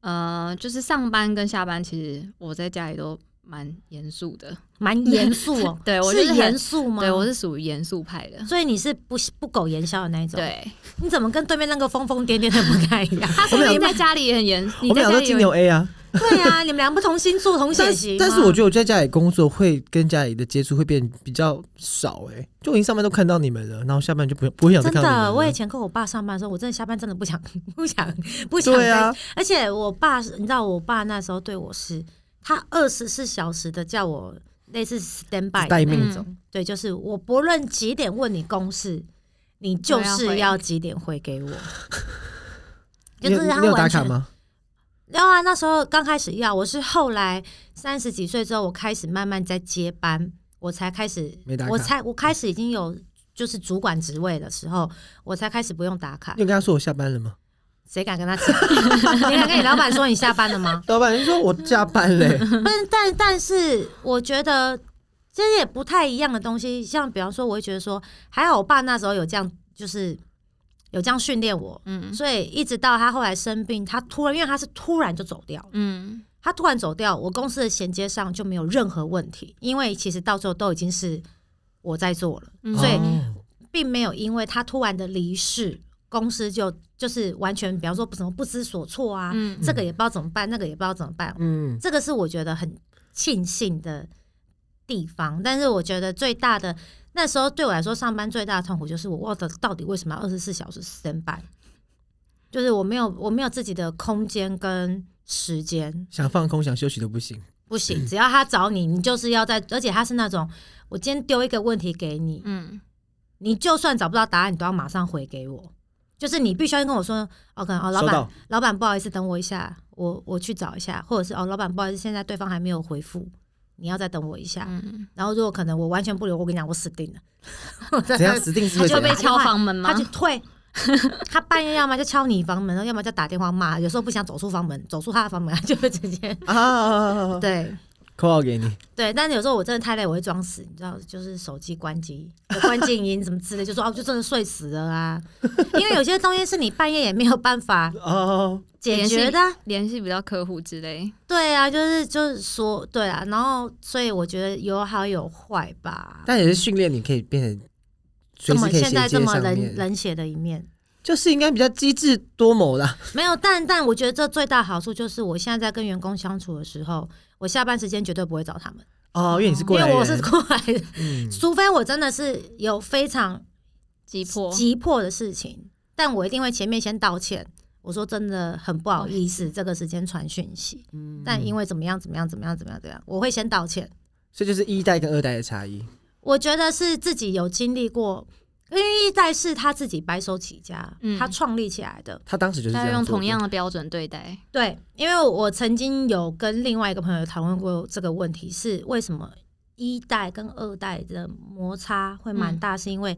Speaker 3: 呃，就是上班跟下班，其实我在家里都蛮严肃的。
Speaker 1: 蛮严肃哦
Speaker 3: 。对我就是
Speaker 1: 是
Speaker 3: 很
Speaker 1: 严肃吗？
Speaker 3: 对我是属于严肃派的。
Speaker 1: 所以你是不不苟言笑的那一种。，
Speaker 3: 对，
Speaker 1: 你怎么跟对面那个疯疯癫癫的不太一样？
Speaker 3: 他说
Speaker 2: 我
Speaker 3: 不
Speaker 2: 们
Speaker 3: 定
Speaker 2: 俩
Speaker 3: 在家里也很严，你
Speaker 2: 我们
Speaker 3: 在
Speaker 2: 俩
Speaker 3: 家
Speaker 2: 都
Speaker 3: 里
Speaker 2: 金
Speaker 3: 有
Speaker 2: 牛 A 啊，
Speaker 1: 对啊，你们俩不同星座同
Speaker 2: 但
Speaker 1: 血
Speaker 2: 是
Speaker 1: 型
Speaker 2: 但是我
Speaker 1: 觉
Speaker 2: 觉得我在家里工作会跟家里的接触会变比较少哎、就我一上班都看到你们了，然后下班就不不会想再
Speaker 1: 真
Speaker 2: 看到你们
Speaker 1: 的，
Speaker 2: 了。
Speaker 1: 我以前跟我爸上班的时候，我真的下班真的不想 不想不想。
Speaker 2: 对啊，，
Speaker 1: 而且我爸是，你知道，我爸那时候对我是，他二十四小时的叫我类似 stand by
Speaker 2: 待命
Speaker 3: 嗯
Speaker 1: 那种，对，就是我不论几点问你公事，你
Speaker 3: 都
Speaker 1: 就
Speaker 3: 要
Speaker 1: 是
Speaker 3: 回
Speaker 1: 要几点回给 我。就
Speaker 2: 你有
Speaker 1: 是他
Speaker 2: 你有打
Speaker 1: 完
Speaker 2: 卡
Speaker 1: 全
Speaker 2: 吗？
Speaker 1: 要啊，那时候刚开始要，我是后来三十几岁之后，我开始慢慢在接班，我才开始
Speaker 2: 没打，卡嗯
Speaker 1: 我才我开始已经有就是主管职位的时候，我才开始不用打卡
Speaker 2: 你。有跟他说我下班了吗？
Speaker 1: 谁敢跟他讲？ 你敢跟你老板说你下班了吗？
Speaker 2: 老板就说我加班嘞、
Speaker 1: 不是，但但是我觉得这也不太一样的东西。像比方说，我会觉得说，还好我爸那时候有这样，就是有这样训练我，
Speaker 3: 嗯
Speaker 1: 所以一直到他后来生病，他突然因为他是突然就走掉了。
Speaker 3: 嗯
Speaker 1: 他突然走掉，我公司的衔接上就没有任何问题，因为其实到最后都已经是我在做了，
Speaker 3: 嗯，
Speaker 1: 所以
Speaker 2: 哦
Speaker 1: 并没有因为他突然的离世，公司就就是完全，比方说什么不知所措啊，
Speaker 3: 嗯
Speaker 1: 这个也不知道怎么办，那个也不知道怎么办，
Speaker 2: 嗯，
Speaker 1: 这个是我觉得很庆幸的地方。但是我觉得最大的那时候对我来说，上班最大的痛苦就是我忘了到底为什么要二十四小时 stand by，就是我没有我没有自己的空间跟时间。
Speaker 2: 想放空想休息都不行。
Speaker 1: 不
Speaker 2: 嗯
Speaker 1: 行，只要他找你，你就是要在，而且他是那种，我今天丢一个问题给你，
Speaker 3: 嗯
Speaker 1: 你就算找不到答案，你都要马上回给我，就是你必须要跟我说，哦，可能哦，老
Speaker 2: 收
Speaker 1: 板
Speaker 2: 到，，
Speaker 1: 老板不好意思，等我一下，我我去找一下，或者是哦，老板不好意思，现在对方还没有回复，你要再等我一下。
Speaker 3: 嗯，
Speaker 1: 然后如果可能我完全不留，我跟你讲，我死定了，我真
Speaker 2: 怎样
Speaker 1: 的
Speaker 2: 死定是
Speaker 1: 他
Speaker 2: 会
Speaker 1: 就
Speaker 2: 怎样
Speaker 3: 就被
Speaker 1: 被
Speaker 3: 敲
Speaker 1: 敲
Speaker 3: 房
Speaker 1: 房
Speaker 3: 门吗
Speaker 1: 啊他？就退。他半夜要么就敲你房门，要么就打电话骂，有时候不想走出房门，走出他的房门，他就会直接
Speaker 2: 啊啊啊啊 啊啊！
Speaker 1: 对。
Speaker 2: 扣号给你，
Speaker 1: 对，但是有时候我真的太累，我会装死，你知道，就是手机关机、有关静音什 么之类，就说哦，就真的睡死了啊。因为有些东西是你半夜也没有办 法
Speaker 2: 哦，
Speaker 1: 解决的啊，
Speaker 3: 联系不到客户之类，
Speaker 1: 对啊，就是就是说，对啊，然后所以我觉得有好有坏吧。
Speaker 2: 但也是训练你可以变成
Speaker 1: 这
Speaker 2: 随时
Speaker 1: 么
Speaker 2: 可以
Speaker 1: 现在
Speaker 2: 衔
Speaker 1: 这
Speaker 2: 接
Speaker 1: 么
Speaker 2: 上
Speaker 1: 冷
Speaker 2: 面，
Speaker 1: 冷血的一面，
Speaker 2: 就是应该比较机智多谋啦。
Speaker 1: 没有，但但我觉得这最大好处就是，我现在在跟员工相处的时候，我下班时间绝对不会找他们，
Speaker 2: 哦，因为你是
Speaker 1: 嗯因
Speaker 2: 过来
Speaker 1: 为
Speaker 2: 人，
Speaker 1: 我是过来人，
Speaker 2: 嗯，
Speaker 1: 除非我真的是有非常
Speaker 3: 急迫。
Speaker 1: 急迫的事情，但我一定会前面先道歉。我说真的很不好意思，这个时间传讯息，
Speaker 2: 嗯
Speaker 1: 但因为怎么样怎么样怎么样怎么样怎么样，我会先道歉。
Speaker 2: 所以就是一代跟二代的差异。
Speaker 1: 我觉得是自己有经历过，因为一代是他自己白手起家，
Speaker 3: 嗯
Speaker 1: 他创立起来的。
Speaker 2: 他当时就是
Speaker 3: 他
Speaker 2: 这
Speaker 3: 要用
Speaker 2: 做的
Speaker 3: 同样的标准对待，
Speaker 1: 对，因为我曾经有跟另外一个朋友讨论过这个问题，是为什么一代跟二代的摩擦会蛮大，是因为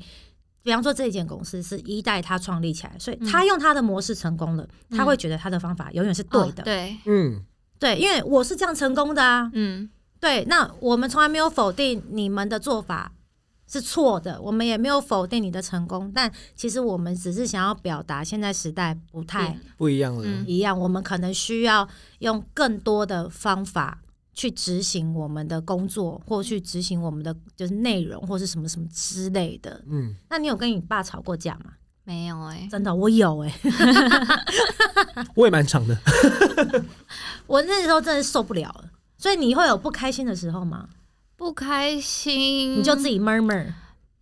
Speaker 1: 比方说这一间公司是一代他创立起来，所以他用他的模式成功了，他会觉得他的方法永远是对的。
Speaker 3: 哦对，
Speaker 2: 嗯，
Speaker 1: 对，因为我是这样成功的啊。
Speaker 3: 嗯，
Speaker 1: 对，那我们从来没有否定你们的做法是错的，我们也没有否定你的成功，但其实我们只是想要表达现在时代不太
Speaker 2: 不一样了。
Speaker 3: 嗯
Speaker 1: 一样，我们可能需要用更多的方法去执行我们的工作，或去执行我们的就是内容或是什么什么之类的。
Speaker 2: 嗯，
Speaker 1: 那你有跟你爸吵过架吗？
Speaker 3: 没有哎、
Speaker 1: 真的，我有哎、
Speaker 2: 嗯我也蛮长的。
Speaker 1: 我那时候真的受不了了。所以你会有不开心的时候吗？
Speaker 3: 不开心，
Speaker 1: 你就自己 murmur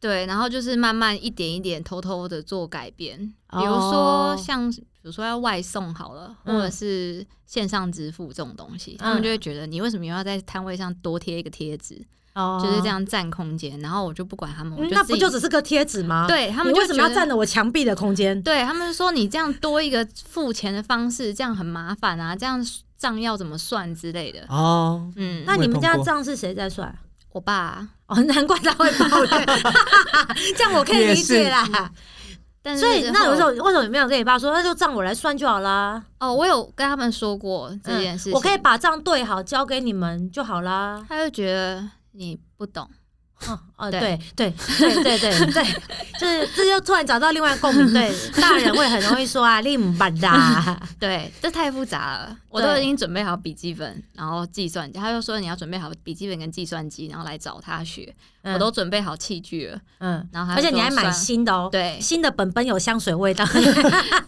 Speaker 3: 对，然后就是慢慢一点一点偷偷的做改变，
Speaker 1: 哦
Speaker 3: 比如说像比如说要外送好了，
Speaker 1: 嗯
Speaker 3: 或者是线上支付这种东西，他们就会觉得你为什么要在摊位上多贴一个贴纸，
Speaker 1: 哦
Speaker 3: 就是这。样占空间，然后我就不管他们，我
Speaker 1: 嗯
Speaker 3: 就
Speaker 1: 那
Speaker 3: 自
Speaker 1: 不
Speaker 3: 己
Speaker 1: 就只是个贴纸吗？
Speaker 3: 对他们
Speaker 1: 你
Speaker 3: 就
Speaker 1: 为什么要
Speaker 3: 觉得
Speaker 1: 占了我墙壁的空间？
Speaker 3: 对他们说你这样多一个付钱的方式，这样很麻烦啊，这样账要怎么算之类的。
Speaker 2: 哦，
Speaker 3: 嗯，
Speaker 1: 那你们
Speaker 2: 我也碰
Speaker 1: 家
Speaker 2: 过
Speaker 1: 账是谁在算？
Speaker 3: 我爸，
Speaker 1: 哦，难怪他会抱怨， 这样我可以理解啦。
Speaker 3: 但是
Speaker 1: 所以那有
Speaker 3: 后
Speaker 1: 时候为什么你没有跟你爸说，那就账我来算就好啦？嗯
Speaker 3: 哦，我有跟他们说过这件事情，
Speaker 1: 我可以把账对好交给你们就好啦。
Speaker 3: 他就觉得你不懂，
Speaker 1: 哦哦，
Speaker 3: 对
Speaker 1: 对对对对对对，就是这就突然找到另外共鸣。对，大人会很容易说啊，你唔笨的 啊，
Speaker 3: 对，这太复杂了，我都已经准备好笔记本，然后计算机，他就说你要准备好笔记本跟计算机，然后来找他学，
Speaker 1: 嗯
Speaker 3: 我都准备好器具了，
Speaker 1: 嗯，
Speaker 3: 然后他
Speaker 1: 而
Speaker 3: 就
Speaker 1: 且你
Speaker 3: 说
Speaker 1: 还买
Speaker 3: 算
Speaker 1: 新的哦，，
Speaker 3: 对
Speaker 1: 新的本本有香水味道，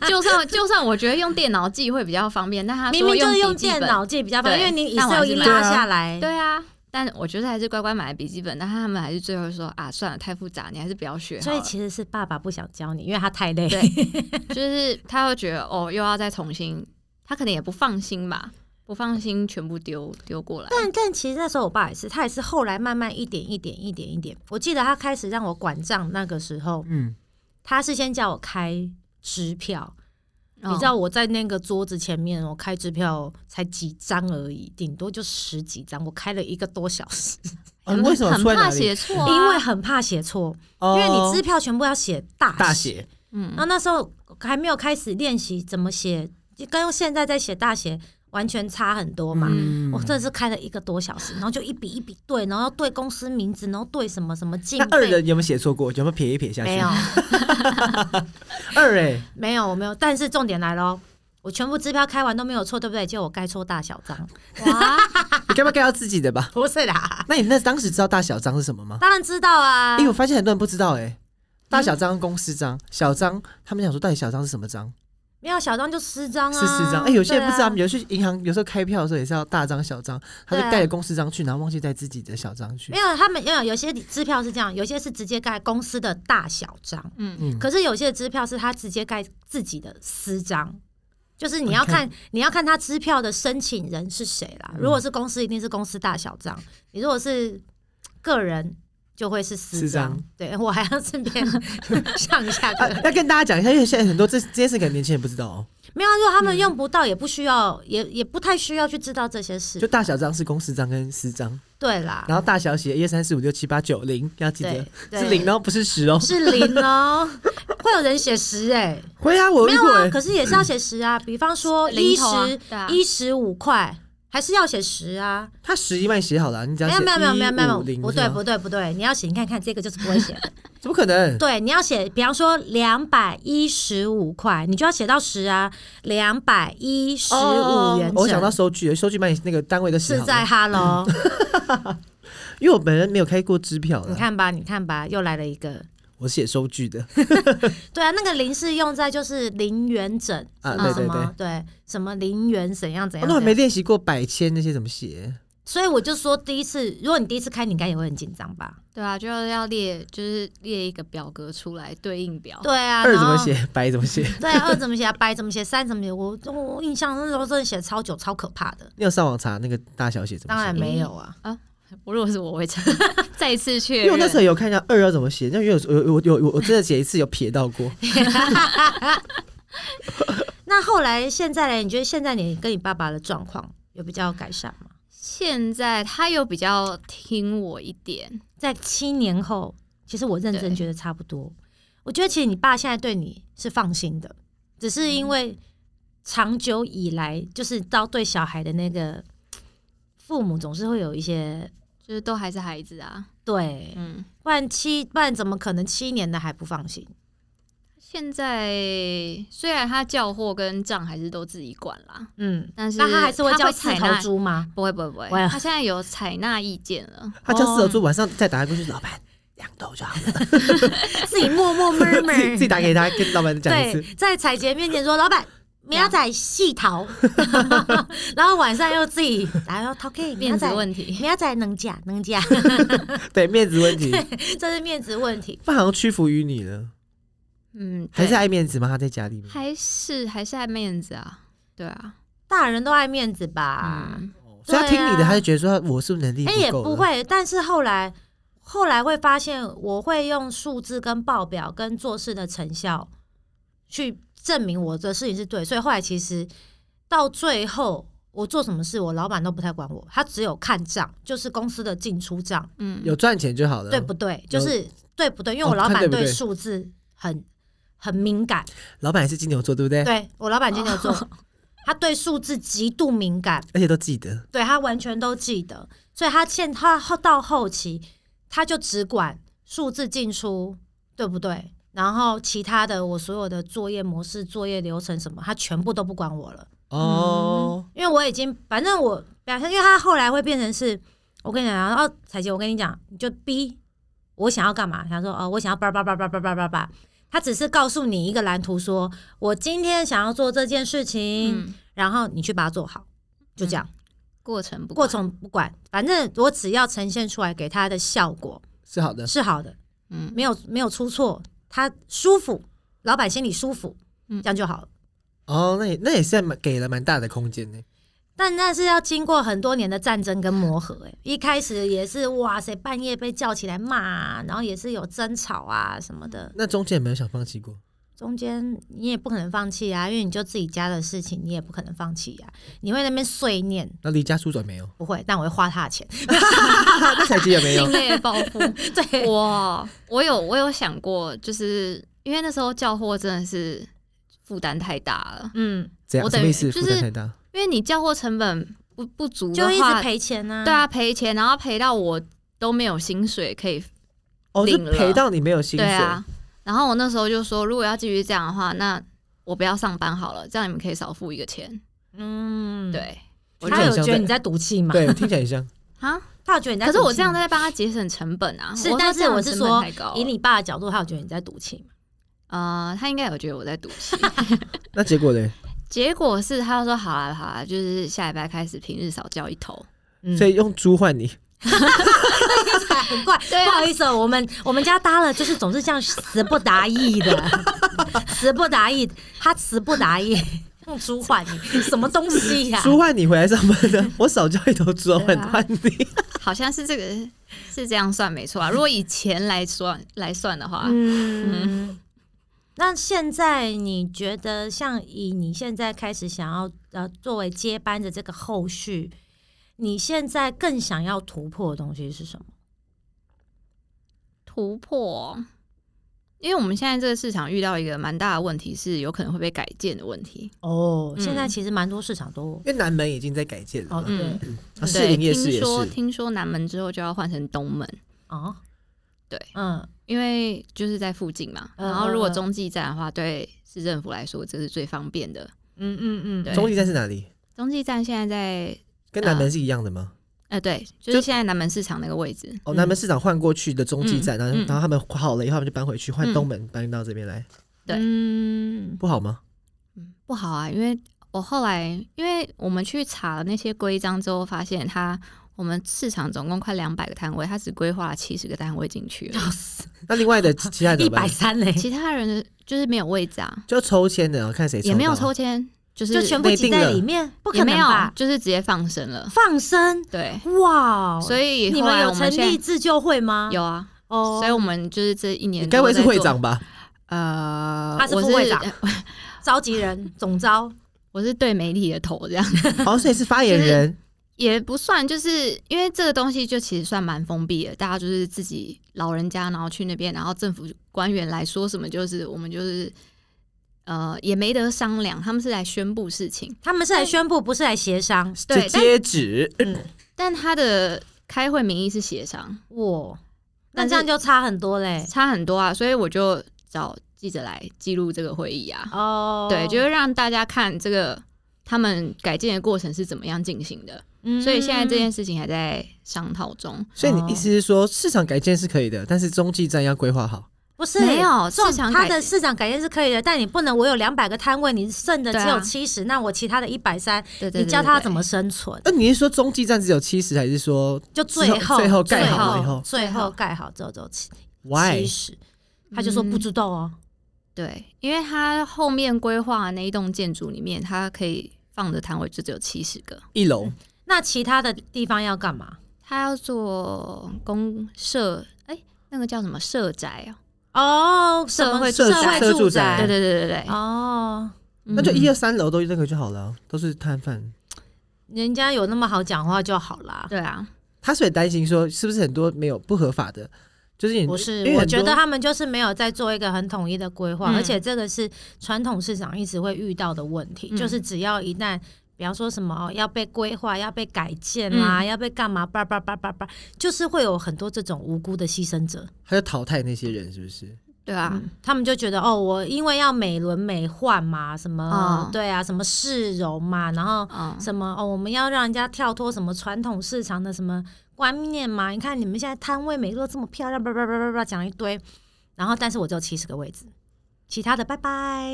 Speaker 3: 就算就算我觉得用电脑记会比较方便，但他
Speaker 1: 明
Speaker 3: 说
Speaker 1: 明就是
Speaker 3: 用
Speaker 1: 用
Speaker 3: 笔记
Speaker 1: 电
Speaker 3: 本
Speaker 1: 脑记比较方便，因为
Speaker 3: 对
Speaker 1: 你
Speaker 3: 但我还
Speaker 1: Excel
Speaker 3: 是
Speaker 1: 一
Speaker 3: 买
Speaker 1: 拉下来，
Speaker 3: 对啊，但我觉得还是乖乖买了笔记本，但他们还是最后说啊，算了，太复杂，你还是不要学好
Speaker 1: 所以
Speaker 3: 了。
Speaker 1: 其实是爸爸不想教你，因为他太累。
Speaker 3: 对 就是他会觉得哦，又要再重新，他可能也不放心吧，不放心全部丢丢过来。
Speaker 1: 但但其实那时候我爸也是，他也是后来慢慢一点一点一点一点。我记得他开始让我管账那个时候，
Speaker 2: 嗯，
Speaker 1: 他是先叫我开支票，
Speaker 3: 哦
Speaker 1: 你知道我在那个桌子前面，我哦开支票才几张而已，顶多就十几张，我开了一个多小时，
Speaker 2: 啊
Speaker 3: 很
Speaker 2: 为什么
Speaker 3: 很
Speaker 2: 出在哪
Speaker 3: 怕
Speaker 2: 里？哦
Speaker 3: 写错啊？
Speaker 1: 因为很怕写错，因
Speaker 2: 因
Speaker 1: 为你支票全部要写大
Speaker 2: 大写，
Speaker 1: 然后
Speaker 3: 嗯，
Speaker 1: 那时候还没有开始练习怎么写，就跟现在在写大写完全差很多嘛。
Speaker 2: 嗯
Speaker 1: 我真的是开了一个多小时，然后就一笔一笔对，然后对公司名字，然后对什么什么进
Speaker 2: 那二
Speaker 1: 备。
Speaker 2: 人有没有写错过？有没有撇一撇下去？
Speaker 1: 没有，
Speaker 2: 二哎，
Speaker 1: 没有，我没有。但是重点来喽，我全部支票开完都没有错，对不对？就我盖错大小张，
Speaker 3: 哇，
Speaker 2: 你该不要盖到自己的吧？
Speaker 1: 不是啦，
Speaker 2: 那你那当时知道大小张是什么吗？
Speaker 1: 当然知道啊嗯
Speaker 2: 因为。我发现很多人不知道哎，大小张、公司张、小张，他们想说到底小张是什么张？
Speaker 1: 没有小张就十张啊，
Speaker 2: 是四张。哎，有些人不知道，
Speaker 1: 对啊
Speaker 2: 有些银行有时候开票的时候也是要大张小张，他就
Speaker 1: 对啊
Speaker 2: 带着公司张去，然后忘记带自己的小张去
Speaker 1: 没。有他们，没有有些支票是这样，有些是直接盖公司的大小张。
Speaker 3: 嗯，
Speaker 2: 嗯，
Speaker 1: 可是有些支票是他直接盖自己的私章，就是你要
Speaker 2: OK 嗯
Speaker 1: 看你要看他支票的申请人是谁啦。如果是公司，一定是公司大小章；你如果是个人，就会是私
Speaker 2: 私
Speaker 1: 章
Speaker 2: 章。
Speaker 1: 对我还要顺便 上一下
Speaker 2: 啊
Speaker 1: 课。
Speaker 2: 要跟大家讲一下，因为现在很多这这件事，可能年轻人不知道哦。
Speaker 1: 没有啊，如果他们用不到，也不需要，也也不太需要去知道这些
Speaker 2: 就
Speaker 1: 事。
Speaker 2: 大小张是公司张跟私张，
Speaker 1: 对啦，
Speaker 2: 然后大小写一二三四五六七八九零，要记得
Speaker 1: 对
Speaker 2: 是零，
Speaker 1: 哦，
Speaker 2: 哦，不是十 哦。
Speaker 1: 是零哦， 会有人写十哎，
Speaker 2: 会啊，我
Speaker 1: 没
Speaker 2: 遇
Speaker 1: 有
Speaker 2: 过
Speaker 1: 啊，
Speaker 2: 欸。
Speaker 1: 可是也是要写十啊。
Speaker 2: 嗯
Speaker 1: 比方说
Speaker 3: 零
Speaker 1: 一
Speaker 3: 头啊
Speaker 1: 十
Speaker 3: 对啊
Speaker 1: 一十五块，还是要写十啊。
Speaker 2: 他十一万写好了，你只要
Speaker 1: 没有
Speaker 2: 写
Speaker 1: 没有没有没有没有
Speaker 2: 150，
Speaker 1: 不
Speaker 2: 是
Speaker 1: 对
Speaker 2: 吗
Speaker 1: 不对不对，你要写，你看看这个就是不会写的。
Speaker 2: 哦怎么可能？
Speaker 1: 对，你要写，比方说两百一十五块，你就要写到十啊，两百一十五元整。
Speaker 2: 哦我想到嗯收据了，收据把你那个单位都写
Speaker 1: 是
Speaker 2: 好
Speaker 1: 在
Speaker 2: 了，
Speaker 1: 哈喽，
Speaker 2: 因为我本人没有开过支票
Speaker 1: 你
Speaker 2: 了，
Speaker 1: 看吧，你看吧，又来了一个。
Speaker 2: 我写收据的
Speaker 1: 对啊，那个零是用在就是零元整
Speaker 2: 啊，
Speaker 1: 什么
Speaker 2: 对
Speaker 1: 什
Speaker 2: 对对
Speaker 1: 么，，对什么零元怎样怎
Speaker 2: 我
Speaker 1: 样
Speaker 2: 都还
Speaker 1: 怎
Speaker 2: 没
Speaker 1: 样。
Speaker 2: 练习过百千那些怎么写，
Speaker 1: 所以我就说，第一次，如果你第一次开，你应该也会很紧张吧？
Speaker 3: 对啊，就要列，就是列一个表格出来对应表。
Speaker 1: 对啊，
Speaker 2: 二
Speaker 1: 然
Speaker 2: 怎么
Speaker 1: 后
Speaker 2: 写， 百怎么写？
Speaker 1: 对啊，二怎么写啊？白怎么写？三怎么写？我我印象那时候真的写超久，超可怕的。
Speaker 2: 你有上网查那个大小写怎么
Speaker 1: 当
Speaker 2: 写？
Speaker 1: 然没有啊，
Speaker 3: 我如果是我我会这样 再一次确
Speaker 2: 因为我那时候
Speaker 3: 认。
Speaker 2: 有看一下二要怎么写，那因为有有有有有我真的写一次有撇 到过，
Speaker 1: 那后来现在嘞，你觉得现在你跟你爸爸的状况有比较改善吗？
Speaker 3: 现在他又比较听我一点，
Speaker 1: 在七年后，其实我认真
Speaker 3: 对
Speaker 1: 觉得差不多。我觉得其实你爸现在对你是放心的，只是因为长久以来就是到对小孩的那个父母总是会有一些
Speaker 3: 就是都还是孩子啊，
Speaker 1: 对，
Speaker 3: 嗯，
Speaker 1: 不然七不然怎么可能七年的还不放心？
Speaker 3: 现在虽然他叫货跟账还是都自己管啦，
Speaker 1: 嗯，
Speaker 3: 但是
Speaker 1: 那他还是会叫四
Speaker 3: 采
Speaker 1: 头
Speaker 3: 纳，
Speaker 1: 猪吗？
Speaker 3: 不会不会不会
Speaker 1: 喂，
Speaker 3: 他现在有采纳意见了，
Speaker 2: 他叫
Speaker 1: 哦
Speaker 2: 四合猪晚上再打过去，老板两头就好 了，
Speaker 1: 自己默默闷
Speaker 2: 自己自己
Speaker 1: 闷，
Speaker 2: 打给他，跟老板讲一
Speaker 1: 对
Speaker 2: 次。，
Speaker 1: 在彩杰面前说老板。明仔细 逃， 然后晚上又自己，哎然后逃 K
Speaker 3: 面
Speaker 1: 明
Speaker 3: 子
Speaker 1: 仔
Speaker 3: 问题，
Speaker 1: 明仔能假能假，
Speaker 2: 对面子问题，
Speaker 1: 这是面子问题。
Speaker 2: 他好像屈服于你了，
Speaker 3: 嗯，
Speaker 2: 还是
Speaker 3: 对
Speaker 2: 爱面子吗？他在家里面，
Speaker 3: 还是还是爱面子啊，对啊，
Speaker 1: 大人都爱面子吧？
Speaker 3: 嗯，
Speaker 2: 哦所以他听你
Speaker 1: 对
Speaker 2: 的，
Speaker 1: 啊
Speaker 2: 他就觉得说我是不是能力
Speaker 1: 哎、也
Speaker 2: 够了
Speaker 1: 不会，但是后来后来会发现，我会用数字跟报表跟做事的成效去证明我的事情是对，所以后来其实到最后。我做什么事，我老板都不太管我，他只有看账，就是公司的进出账，
Speaker 3: 嗯，
Speaker 2: 有赚钱就好了。
Speaker 1: 对不对？就
Speaker 2: 有
Speaker 1: 是对不对？因为
Speaker 2: 哦
Speaker 1: 我老
Speaker 2: 看对
Speaker 1: 板
Speaker 2: 不
Speaker 1: 对
Speaker 2: 对哦
Speaker 1: 数字很很敏感，
Speaker 2: 老板也是金牛座，对不对？
Speaker 1: 对我老板金牛 座，他对数字极度敏感，
Speaker 2: 而且都记得，
Speaker 1: 对他完全都记得，所以他现他后到后期，他就只管数字进出，对不对？然后其他的我所有的作业模式、作业流程什么，他全部都不管我了，
Speaker 2: 哦，
Speaker 1: 因为我已经反正我表现，因为他后来会变成是，我跟你讲，然后哦彩姐，我跟你讲，你就逼我想要干嘛？想说哦，我想要叭叭叭叭叭叭叭叭，他只是告诉你一个蓝图说，我今天想要做这件事情，
Speaker 3: 嗯，
Speaker 1: 然后你去把它做好，就这样。
Speaker 3: 过程不
Speaker 1: 过
Speaker 3: 管，
Speaker 1: 程不管，反正我只要呈现出来给他的效果
Speaker 2: 是好的，
Speaker 1: 是好的，
Speaker 3: 嗯，
Speaker 1: 没有没有出错，他舒服，老板心里舒服，
Speaker 3: 嗯
Speaker 1: 这样就好了。
Speaker 2: 哦，那也那也是蛮给了蛮大的空间呢。
Speaker 1: 但那是要经过很多年的战争跟磨合、欸，一开始也是哇塞，半夜被叫起来骂、啊，然后也是有争吵啊什么的，
Speaker 2: 那中间有没有想放弃过？
Speaker 1: 中间你也不可能放弃啊，因为你就自己家的事情，你也不可能放弃呀、你会在那边碎念，
Speaker 2: 那离家出走 没有？
Speaker 1: 不会，但我会花他的钱，
Speaker 2: 那采集有没有
Speaker 3: 心？累报复，
Speaker 1: 对，
Speaker 3: 哇，我有我有想过，就是因为那时候叫货真的是负担太大了，
Speaker 1: 嗯，
Speaker 2: 怎样？
Speaker 3: 我
Speaker 2: 什
Speaker 3: 等
Speaker 2: 么
Speaker 3: 于
Speaker 2: 意思？
Speaker 3: 就
Speaker 2: 负担
Speaker 3: 是
Speaker 2: 太大。
Speaker 3: 因为你叫货成本不不足的
Speaker 1: 就一直
Speaker 3: 话，
Speaker 1: 赔钱呢、
Speaker 3: 对，啊，赔钱，然后赔到我都没有薪水可以，
Speaker 2: 哦，是
Speaker 3: 领了
Speaker 2: 赔到你没有薪
Speaker 3: 对
Speaker 2: 水。
Speaker 3: 啊。然后我那时候就说，如果要继续这样的话，那我不要上班好了，这样你们可以少付一个钱。
Speaker 1: 嗯，。
Speaker 3: 对我
Speaker 1: 他
Speaker 2: 听起来
Speaker 1: 有
Speaker 2: 像
Speaker 1: 觉得
Speaker 2: 在
Speaker 1: 你在赌气吗？
Speaker 2: 对，听起来很 像。
Speaker 3: 啊，
Speaker 1: 他有觉得你在
Speaker 3: 可
Speaker 1: 赌气
Speaker 3: 是
Speaker 1: 吗，
Speaker 3: 我这样在帮他节省成本啊。
Speaker 1: 是
Speaker 3: 我说
Speaker 1: 但是
Speaker 3: 这样
Speaker 1: 我是
Speaker 3: 成本
Speaker 1: 说
Speaker 3: 太高
Speaker 1: 以
Speaker 3: 了
Speaker 1: 你爸的角度，他有觉得你在赌气吗？
Speaker 3: 呃，他应该有觉得我在赌气。
Speaker 2: 那结果嘞？
Speaker 3: 结果是他就说好啦好啦，就是下礼拜开始平日少交一头。
Speaker 1: 嗯，
Speaker 2: 所以用猪换 你，
Speaker 1: 很怪，
Speaker 3: 对啊
Speaker 1: 不好意思哦，我们我们家搭了，就是总是这样词不达意的，词不达意，他词不达 意，用猪换你什么东西呀、
Speaker 2: 猪换你回来上班 的，我少交一头猪啊
Speaker 3: 对
Speaker 2: 换
Speaker 3: 啊
Speaker 2: 换你。
Speaker 3: 好像是这个是这样算没错啊。如果以钱来算来算的话，
Speaker 1: 嗯，那现在你觉得，像以你现在开始想要呃作为接班的这个后续，你现在更想要突破的东西是什么？
Speaker 3: 突破，因为我们现在这个市场遇到一个蛮大的问题，是有可能会被改建的问题。
Speaker 1: 哦，现在
Speaker 3: 嗯
Speaker 1: 其实蛮多市场都
Speaker 2: 因为南门已经在改建了
Speaker 1: 哦，
Speaker 2: 嘛，
Speaker 1: 对
Speaker 3: 嗯，
Speaker 2: 啊士
Speaker 3: 对，
Speaker 2: 林夜市也
Speaker 3: 听说
Speaker 2: 是。
Speaker 3: 听说南门之后就要换成东门，
Speaker 1: 哦，
Speaker 3: 对
Speaker 1: 嗯，
Speaker 3: 因为就是在附近嘛。
Speaker 1: 嗯
Speaker 3: 然后如果
Speaker 1: 嗯嗯
Speaker 3: 中继站的话，对市政府来说这是最方便的。
Speaker 1: 嗯嗯
Speaker 3: 对
Speaker 2: 中继站是哪里？
Speaker 3: 中继站现在在
Speaker 2: 跟南门是一样的吗？
Speaker 3: 呃对，就
Speaker 2: 就是
Speaker 3: 现在南门市场那个位置。
Speaker 2: 哦，
Speaker 1: 嗯
Speaker 2: 南门市场换过去的中继站，
Speaker 3: 嗯
Speaker 2: 然后
Speaker 3: 嗯
Speaker 2: 然后他们好了以后，他们就搬回去，换
Speaker 3: 嗯
Speaker 2: 东门搬到这边来，
Speaker 3: 对
Speaker 1: 嗯
Speaker 2: 不好吗？
Speaker 3: 嗯，不好啊，因为我后来因为我们去查了那些规章之后，发现它我们市场总共快两百个摊位，它只规划了七十个单位进去 了，
Speaker 2: 那另 外的其其他人
Speaker 1: 一
Speaker 2: 怎么
Speaker 1: 百
Speaker 2: 办？
Speaker 1: 三嘞，
Speaker 3: 其他人的就是没有位置啊，
Speaker 2: 就抽签的，看谁抽
Speaker 3: 也没有
Speaker 2: 到
Speaker 3: 抽签，就是
Speaker 1: 就全部
Speaker 2: 内
Speaker 1: 挤
Speaker 2: 定
Speaker 1: 在
Speaker 2: 了
Speaker 1: 里面，不
Speaker 3: 也
Speaker 1: 可
Speaker 3: 没
Speaker 1: 能
Speaker 3: 有
Speaker 1: 吧，？
Speaker 3: 就是直接放生了。
Speaker 1: 放生，
Speaker 3: 对，
Speaker 1: 哇哦！
Speaker 3: 所以
Speaker 1: 你
Speaker 3: 后
Speaker 1: 们
Speaker 3: 来
Speaker 1: 有
Speaker 3: 我
Speaker 1: 成
Speaker 3: 们现
Speaker 1: 立
Speaker 3: 在
Speaker 1: 自救会吗？
Speaker 3: 有啊，
Speaker 1: 哦
Speaker 3: 所以我们就是这一年
Speaker 2: 你该不会是
Speaker 3: 都在
Speaker 2: 会
Speaker 3: 做
Speaker 2: 长吧？
Speaker 3: 呃，
Speaker 1: 他是
Speaker 3: 我
Speaker 1: 副会长
Speaker 3: 我
Speaker 1: 召集人总招，
Speaker 3: 是对媒体的头这样，
Speaker 2: 哦，所以是发言人，
Speaker 3: 也不算，就是因为这个东西就其实算蛮封闭的，大家就是自己老人家，然后去那边，然后政府官员来说什么，就是我们就是呃也没得商量，他们是来宣布事情，
Speaker 1: 他们是来宣布，不是来协商。
Speaker 2: 就
Speaker 3: 对，但
Speaker 2: 接旨，
Speaker 3: 但他的开会名义是协商，
Speaker 1: 哇，那
Speaker 3: 但
Speaker 1: 这样
Speaker 3: 是
Speaker 1: 就差很多嘞。
Speaker 3: 差很多啊，所以我就找记者来记录这个会议啊，
Speaker 1: 哦，
Speaker 3: 对，就是让大家看这个他们改建的过程是怎么样进行的，
Speaker 1: 嗯
Speaker 3: 所以现在这件事情还在商讨中。
Speaker 2: 所以
Speaker 1: 哦
Speaker 2: 你意思是说，市场改建是可以的，但是中继站要规划好。
Speaker 1: 不是
Speaker 3: 没有
Speaker 1: 这种
Speaker 3: 市场
Speaker 1: 他
Speaker 3: 改
Speaker 1: 的
Speaker 3: 建
Speaker 1: 市场改建是可以的，但你不能我有两百个摊位，你剩的
Speaker 3: 对啊
Speaker 1: 只有七十、那我其他的一百三，
Speaker 3: 对对对
Speaker 1: 你教他怎么
Speaker 3: 对
Speaker 1: 生存？
Speaker 2: 那你是说中继站只有七十，还是说
Speaker 1: 就最后
Speaker 2: 最后盖
Speaker 3: 好
Speaker 2: 了
Speaker 1: 最
Speaker 2: 以后
Speaker 1: 后最后盖好之后就七
Speaker 2: why？
Speaker 1: 七十，他就说
Speaker 3: 嗯
Speaker 1: 不知道哦。
Speaker 3: 对，因为它后面规划的那一栋建筑里面，它可以放的摊位就只有七十个。
Speaker 2: 一楼
Speaker 1: 那其他的地方要干嘛？
Speaker 3: 它要做公社，哎、那个叫什么社宅啊？
Speaker 1: 哦，什么
Speaker 3: 社会
Speaker 1: 社
Speaker 2: 嗯社宅
Speaker 1: 会
Speaker 2: 社住宅
Speaker 1: 宅？
Speaker 3: 对对对对对，
Speaker 1: 哦，
Speaker 2: 那就一
Speaker 3: 嗯
Speaker 2: 二三楼都那个就好了，都是摊贩。
Speaker 1: 人家有那么好讲话就好啦。
Speaker 3: 对啊，
Speaker 2: 他所以担心说，是不是很多没有不合法的，就是你
Speaker 1: 不是
Speaker 2: 嗯因为，
Speaker 1: 我
Speaker 2: 很
Speaker 1: 觉
Speaker 2: 多
Speaker 1: 得他们就是没有在做一个很统一的规划，
Speaker 3: 嗯
Speaker 1: 而且这个是传统市场一直会遇到的问题，
Speaker 3: 嗯
Speaker 1: 就是只要一旦。比方说什么哦要被规划、要被改建啦、
Speaker 2: 嗯
Speaker 1: 要被干嘛叭叭叭叭叭，就是会有很多这种无辜的牺牲者。
Speaker 2: 他就淘汰那些人，是不是？
Speaker 3: 对啊，
Speaker 1: 他们就觉得哦，我因为要美轮美奂嘛，什么、
Speaker 3: 嗯
Speaker 1: 对啊，什么市容嘛，然后
Speaker 3: 嗯，
Speaker 1: 什么哦，我们要让人家跳脱什么传统市场的什么观念嘛？你看你们现在摊位每个都这么漂亮，叭叭叭叭叭讲一堆，然后但是我只有七十个位置，其他的拜拜。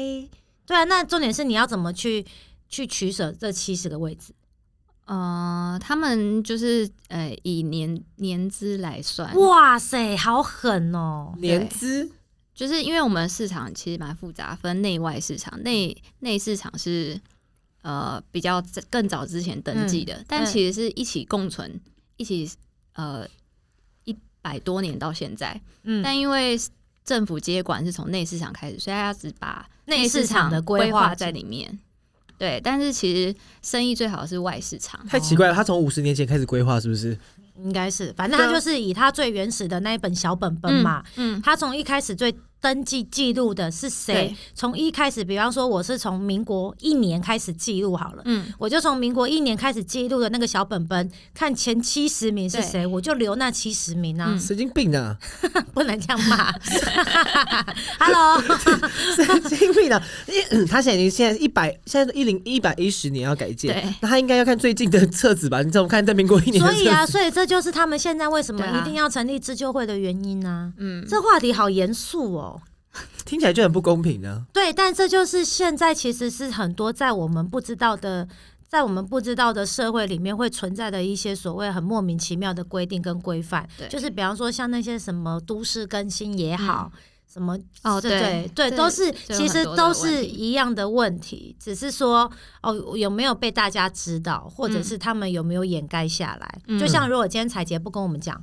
Speaker 1: 对啊，那重点是你要怎么去去取舍这七十个位置？
Speaker 3: 呃，他们就是呃以年年资来算，
Speaker 1: 哇塞，好狠哦！
Speaker 2: 年资
Speaker 3: 就是因为我们市场其实蛮复杂，分内外市场。内
Speaker 1: 嗯
Speaker 3: 内市场是呃比较在更早之前登
Speaker 1: 嗯
Speaker 3: 记的，但其实是一起共存，一起呃一百多年到现在。
Speaker 1: 嗯，
Speaker 3: 但因为政府接管是从内市场开始，所以它只把
Speaker 1: 内市
Speaker 3: 市
Speaker 1: 场的规
Speaker 3: 规
Speaker 1: 划
Speaker 3: 划在里面。对，但是其实生意最好是外市场。
Speaker 2: 太奇怪了，他从五十年前开始规划，是不是？
Speaker 1: 应该是，反正他
Speaker 2: 对啊
Speaker 1: 就是以他最原始的那一本小本本嘛，
Speaker 3: 嗯，
Speaker 1: 他从一开始最登记记录的是谁
Speaker 3: 对？
Speaker 1: 从一开始，比方说我是从民国一年开始记录好了，
Speaker 3: 嗯，
Speaker 1: 我就从民国一年开始记录的那个小本本，看前七十名是谁，我就留那七十名
Speaker 3: 嗯
Speaker 1: 啊，
Speaker 2: 神经病啊！
Speaker 1: 不能这样 骂。Hello，
Speaker 2: 神经病啊！因为他现在已经现在一百，现在一零一百一十年要改建
Speaker 3: 对，
Speaker 2: 那他应该要看最近的册子吧？你怎么看在民国一年的
Speaker 1: 所
Speaker 2: 册
Speaker 1: 以啊，
Speaker 2: 子？
Speaker 1: 所以这就是他们现在为什么
Speaker 3: 对啊
Speaker 1: 一定要成立自救会的原因啊。
Speaker 3: 嗯
Speaker 1: 这话题好严肃哦。
Speaker 2: 听起来就很不公平呢。
Speaker 1: 对，但这就是现在其实是很多在我们不知道的，在我们不知道的社会里面会存在的一些所谓很莫名其妙的规定跟规范
Speaker 3: 对，嗯
Speaker 1: 就是比方说像那些什么都市更新也好。什么？
Speaker 3: 哦
Speaker 1: 对
Speaker 3: 对
Speaker 1: 对，
Speaker 3: 这
Speaker 1: 都是
Speaker 3: 这有
Speaker 1: 其实
Speaker 3: 很多的
Speaker 1: 都
Speaker 3: 问
Speaker 1: 是
Speaker 3: 题
Speaker 1: 一样的问题，只是说哦有没有被大家知道，或者
Speaker 3: 嗯
Speaker 1: 是他们有没有掩盖下来？
Speaker 3: 嗯
Speaker 1: 就像如果今天彩杰不跟我们讲，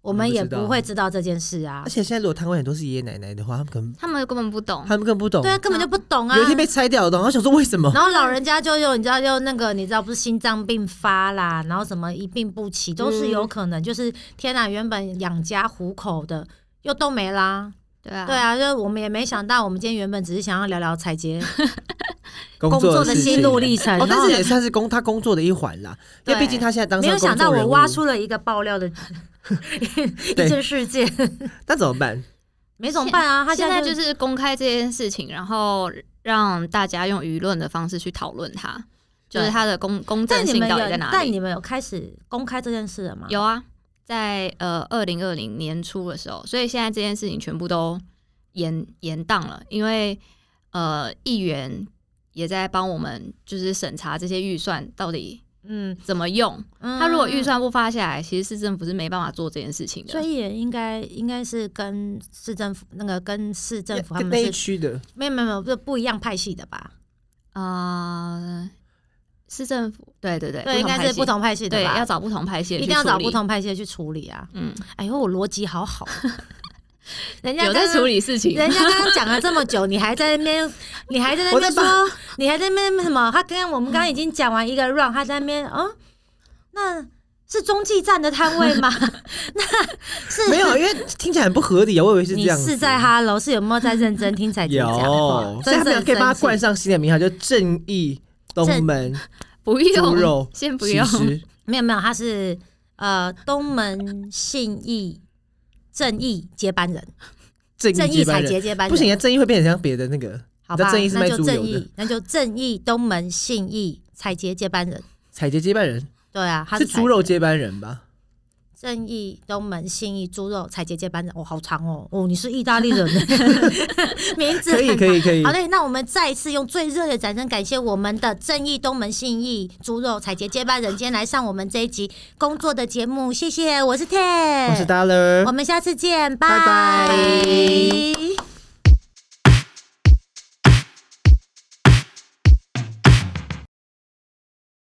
Speaker 1: 我
Speaker 2: 我们
Speaker 1: 们
Speaker 2: 不
Speaker 1: 也
Speaker 2: 知道
Speaker 1: 不会知道这件事啊
Speaker 2: 而。且现在如果摊位很多是爷爷奶奶的话，他们可能
Speaker 3: 他们根本不懂
Speaker 2: 他。们更不懂
Speaker 1: 对，啊，根本就不懂啊。
Speaker 2: 有一天被拆掉的，然后想说为什么？
Speaker 1: 然后老人家就又你知道又那个你知道不是心脏病发啦，然后什么一病不起都是
Speaker 3: 嗯
Speaker 1: 有可能，就是天哪，原本养家糊口的又都没啦。
Speaker 3: 对啊，
Speaker 1: 对啊，就我们也没想到，我们今天原本只是想要聊聊采洁
Speaker 2: 工
Speaker 1: 作的
Speaker 2: 事情
Speaker 1: 心路历程，
Speaker 2: 哦，
Speaker 1: 然
Speaker 2: 但
Speaker 1: 后
Speaker 2: 是也算是工他工作的一环啦，因为
Speaker 3: 对
Speaker 2: 毕竟他现在当
Speaker 1: 没
Speaker 2: 上
Speaker 1: 有想
Speaker 2: 公
Speaker 1: 到
Speaker 2: 众人
Speaker 1: 我
Speaker 2: 物，
Speaker 1: 挖出了一个爆料的一
Speaker 2: 对
Speaker 1: 件事件，
Speaker 2: 那怎么办？
Speaker 1: 没怎么办啊？他
Speaker 3: 现在
Speaker 1: 就
Speaker 3: 就。是公开这件事情，然后让大家用舆论的方式去讨论它，就
Speaker 1: 对
Speaker 3: 是它的公公
Speaker 1: 但
Speaker 3: 正
Speaker 1: 你
Speaker 3: 性
Speaker 1: 们有
Speaker 3: 到底在，哪
Speaker 1: 但
Speaker 3: 里？
Speaker 1: 你们有开始公开这件事了吗？
Speaker 3: 有啊，在呃二零二零年初的时候，所以现在这件事情全部都延延档了，因为呃议员也在帮我们就是审查这些预算到底
Speaker 1: 嗯，
Speaker 3: 怎么用。
Speaker 1: 嗯
Speaker 3: 他如果预算不发下来，其实市政府是没办法做这件事情的。
Speaker 1: 嗯所以也应该应该是跟市政府那个跟市政府他
Speaker 2: 跟
Speaker 1: 们
Speaker 2: 那
Speaker 1: 是
Speaker 2: 一区的
Speaker 1: 没有没有没有，不不一样派系的吧？
Speaker 3: 呃，市政府对对对，
Speaker 1: 对，应
Speaker 3: 同
Speaker 1: 该
Speaker 3: 派
Speaker 1: 是
Speaker 3: 系
Speaker 1: 不同派系的
Speaker 3: 对，
Speaker 1: 吧？
Speaker 3: 要找不同派系的
Speaker 1: 一
Speaker 3: 去
Speaker 1: 定要找
Speaker 3: 处理
Speaker 1: 不。同派系的去处理啊！
Speaker 3: 嗯，
Speaker 1: 哎呦，我逻辑好好，啊人家
Speaker 3: 有在
Speaker 1: 刚刚
Speaker 3: 处理事情。
Speaker 1: 人家刚刚讲了这么久，你还在那边，你还在那
Speaker 2: 我
Speaker 1: 边
Speaker 2: 在
Speaker 1: 说，你还在那边什么？他刚刚我们刚刚已经讲完一个 round，他在那边嗯。那是中继站的摊位吗？那是
Speaker 2: 没有，因为听起来很不合理啊，我以为是这
Speaker 1: 你
Speaker 2: 样子。
Speaker 1: 是在哈喽，是有没有在认真听才听讲话
Speaker 2: 有，？所以他
Speaker 1: 真
Speaker 2: 们
Speaker 1: 是
Speaker 2: 俩可以帮他
Speaker 1: 很生
Speaker 2: 冠
Speaker 1: 气
Speaker 2: 上新的名号，叫正 义东门
Speaker 3: 不
Speaker 2: 猪
Speaker 3: 用
Speaker 2: 肉，
Speaker 3: 先不
Speaker 2: 西
Speaker 3: 用，
Speaker 2: 施
Speaker 1: 没有没有，他是呃东门信义正义接班人，
Speaker 2: 正
Speaker 1: 正
Speaker 2: 接
Speaker 1: 义
Speaker 2: 班
Speaker 1: 才
Speaker 2: 人。
Speaker 1: 接接班人，
Speaker 2: 不行啊，正义会变成像别的那个
Speaker 1: 好
Speaker 2: 那
Speaker 1: 吧？
Speaker 2: 正义是卖
Speaker 1: 那就
Speaker 2: 猪油
Speaker 1: 正
Speaker 2: 的
Speaker 1: 义，那就正义东门信义彩杰接班人，
Speaker 2: 彩杰接班人，
Speaker 1: 对啊，他
Speaker 2: 是
Speaker 1: 采
Speaker 2: 猪肉接班人吧？
Speaker 1: 正义东门信义猪肉彩杰接班人，哦，好长哦，哦，你是意大利 人呢，名字
Speaker 2: 可以
Speaker 1: 很
Speaker 2: 可以可以
Speaker 1: 好，嘞，那我们再一次用最热烈的掌声感谢我们的正义东门信义猪肉采洁接班人，今天来上我们这一集工作的节目，谢谢，我是 Ted，
Speaker 2: 我是 Dollar，
Speaker 1: 我们下次见，
Speaker 2: 拜
Speaker 1: 拜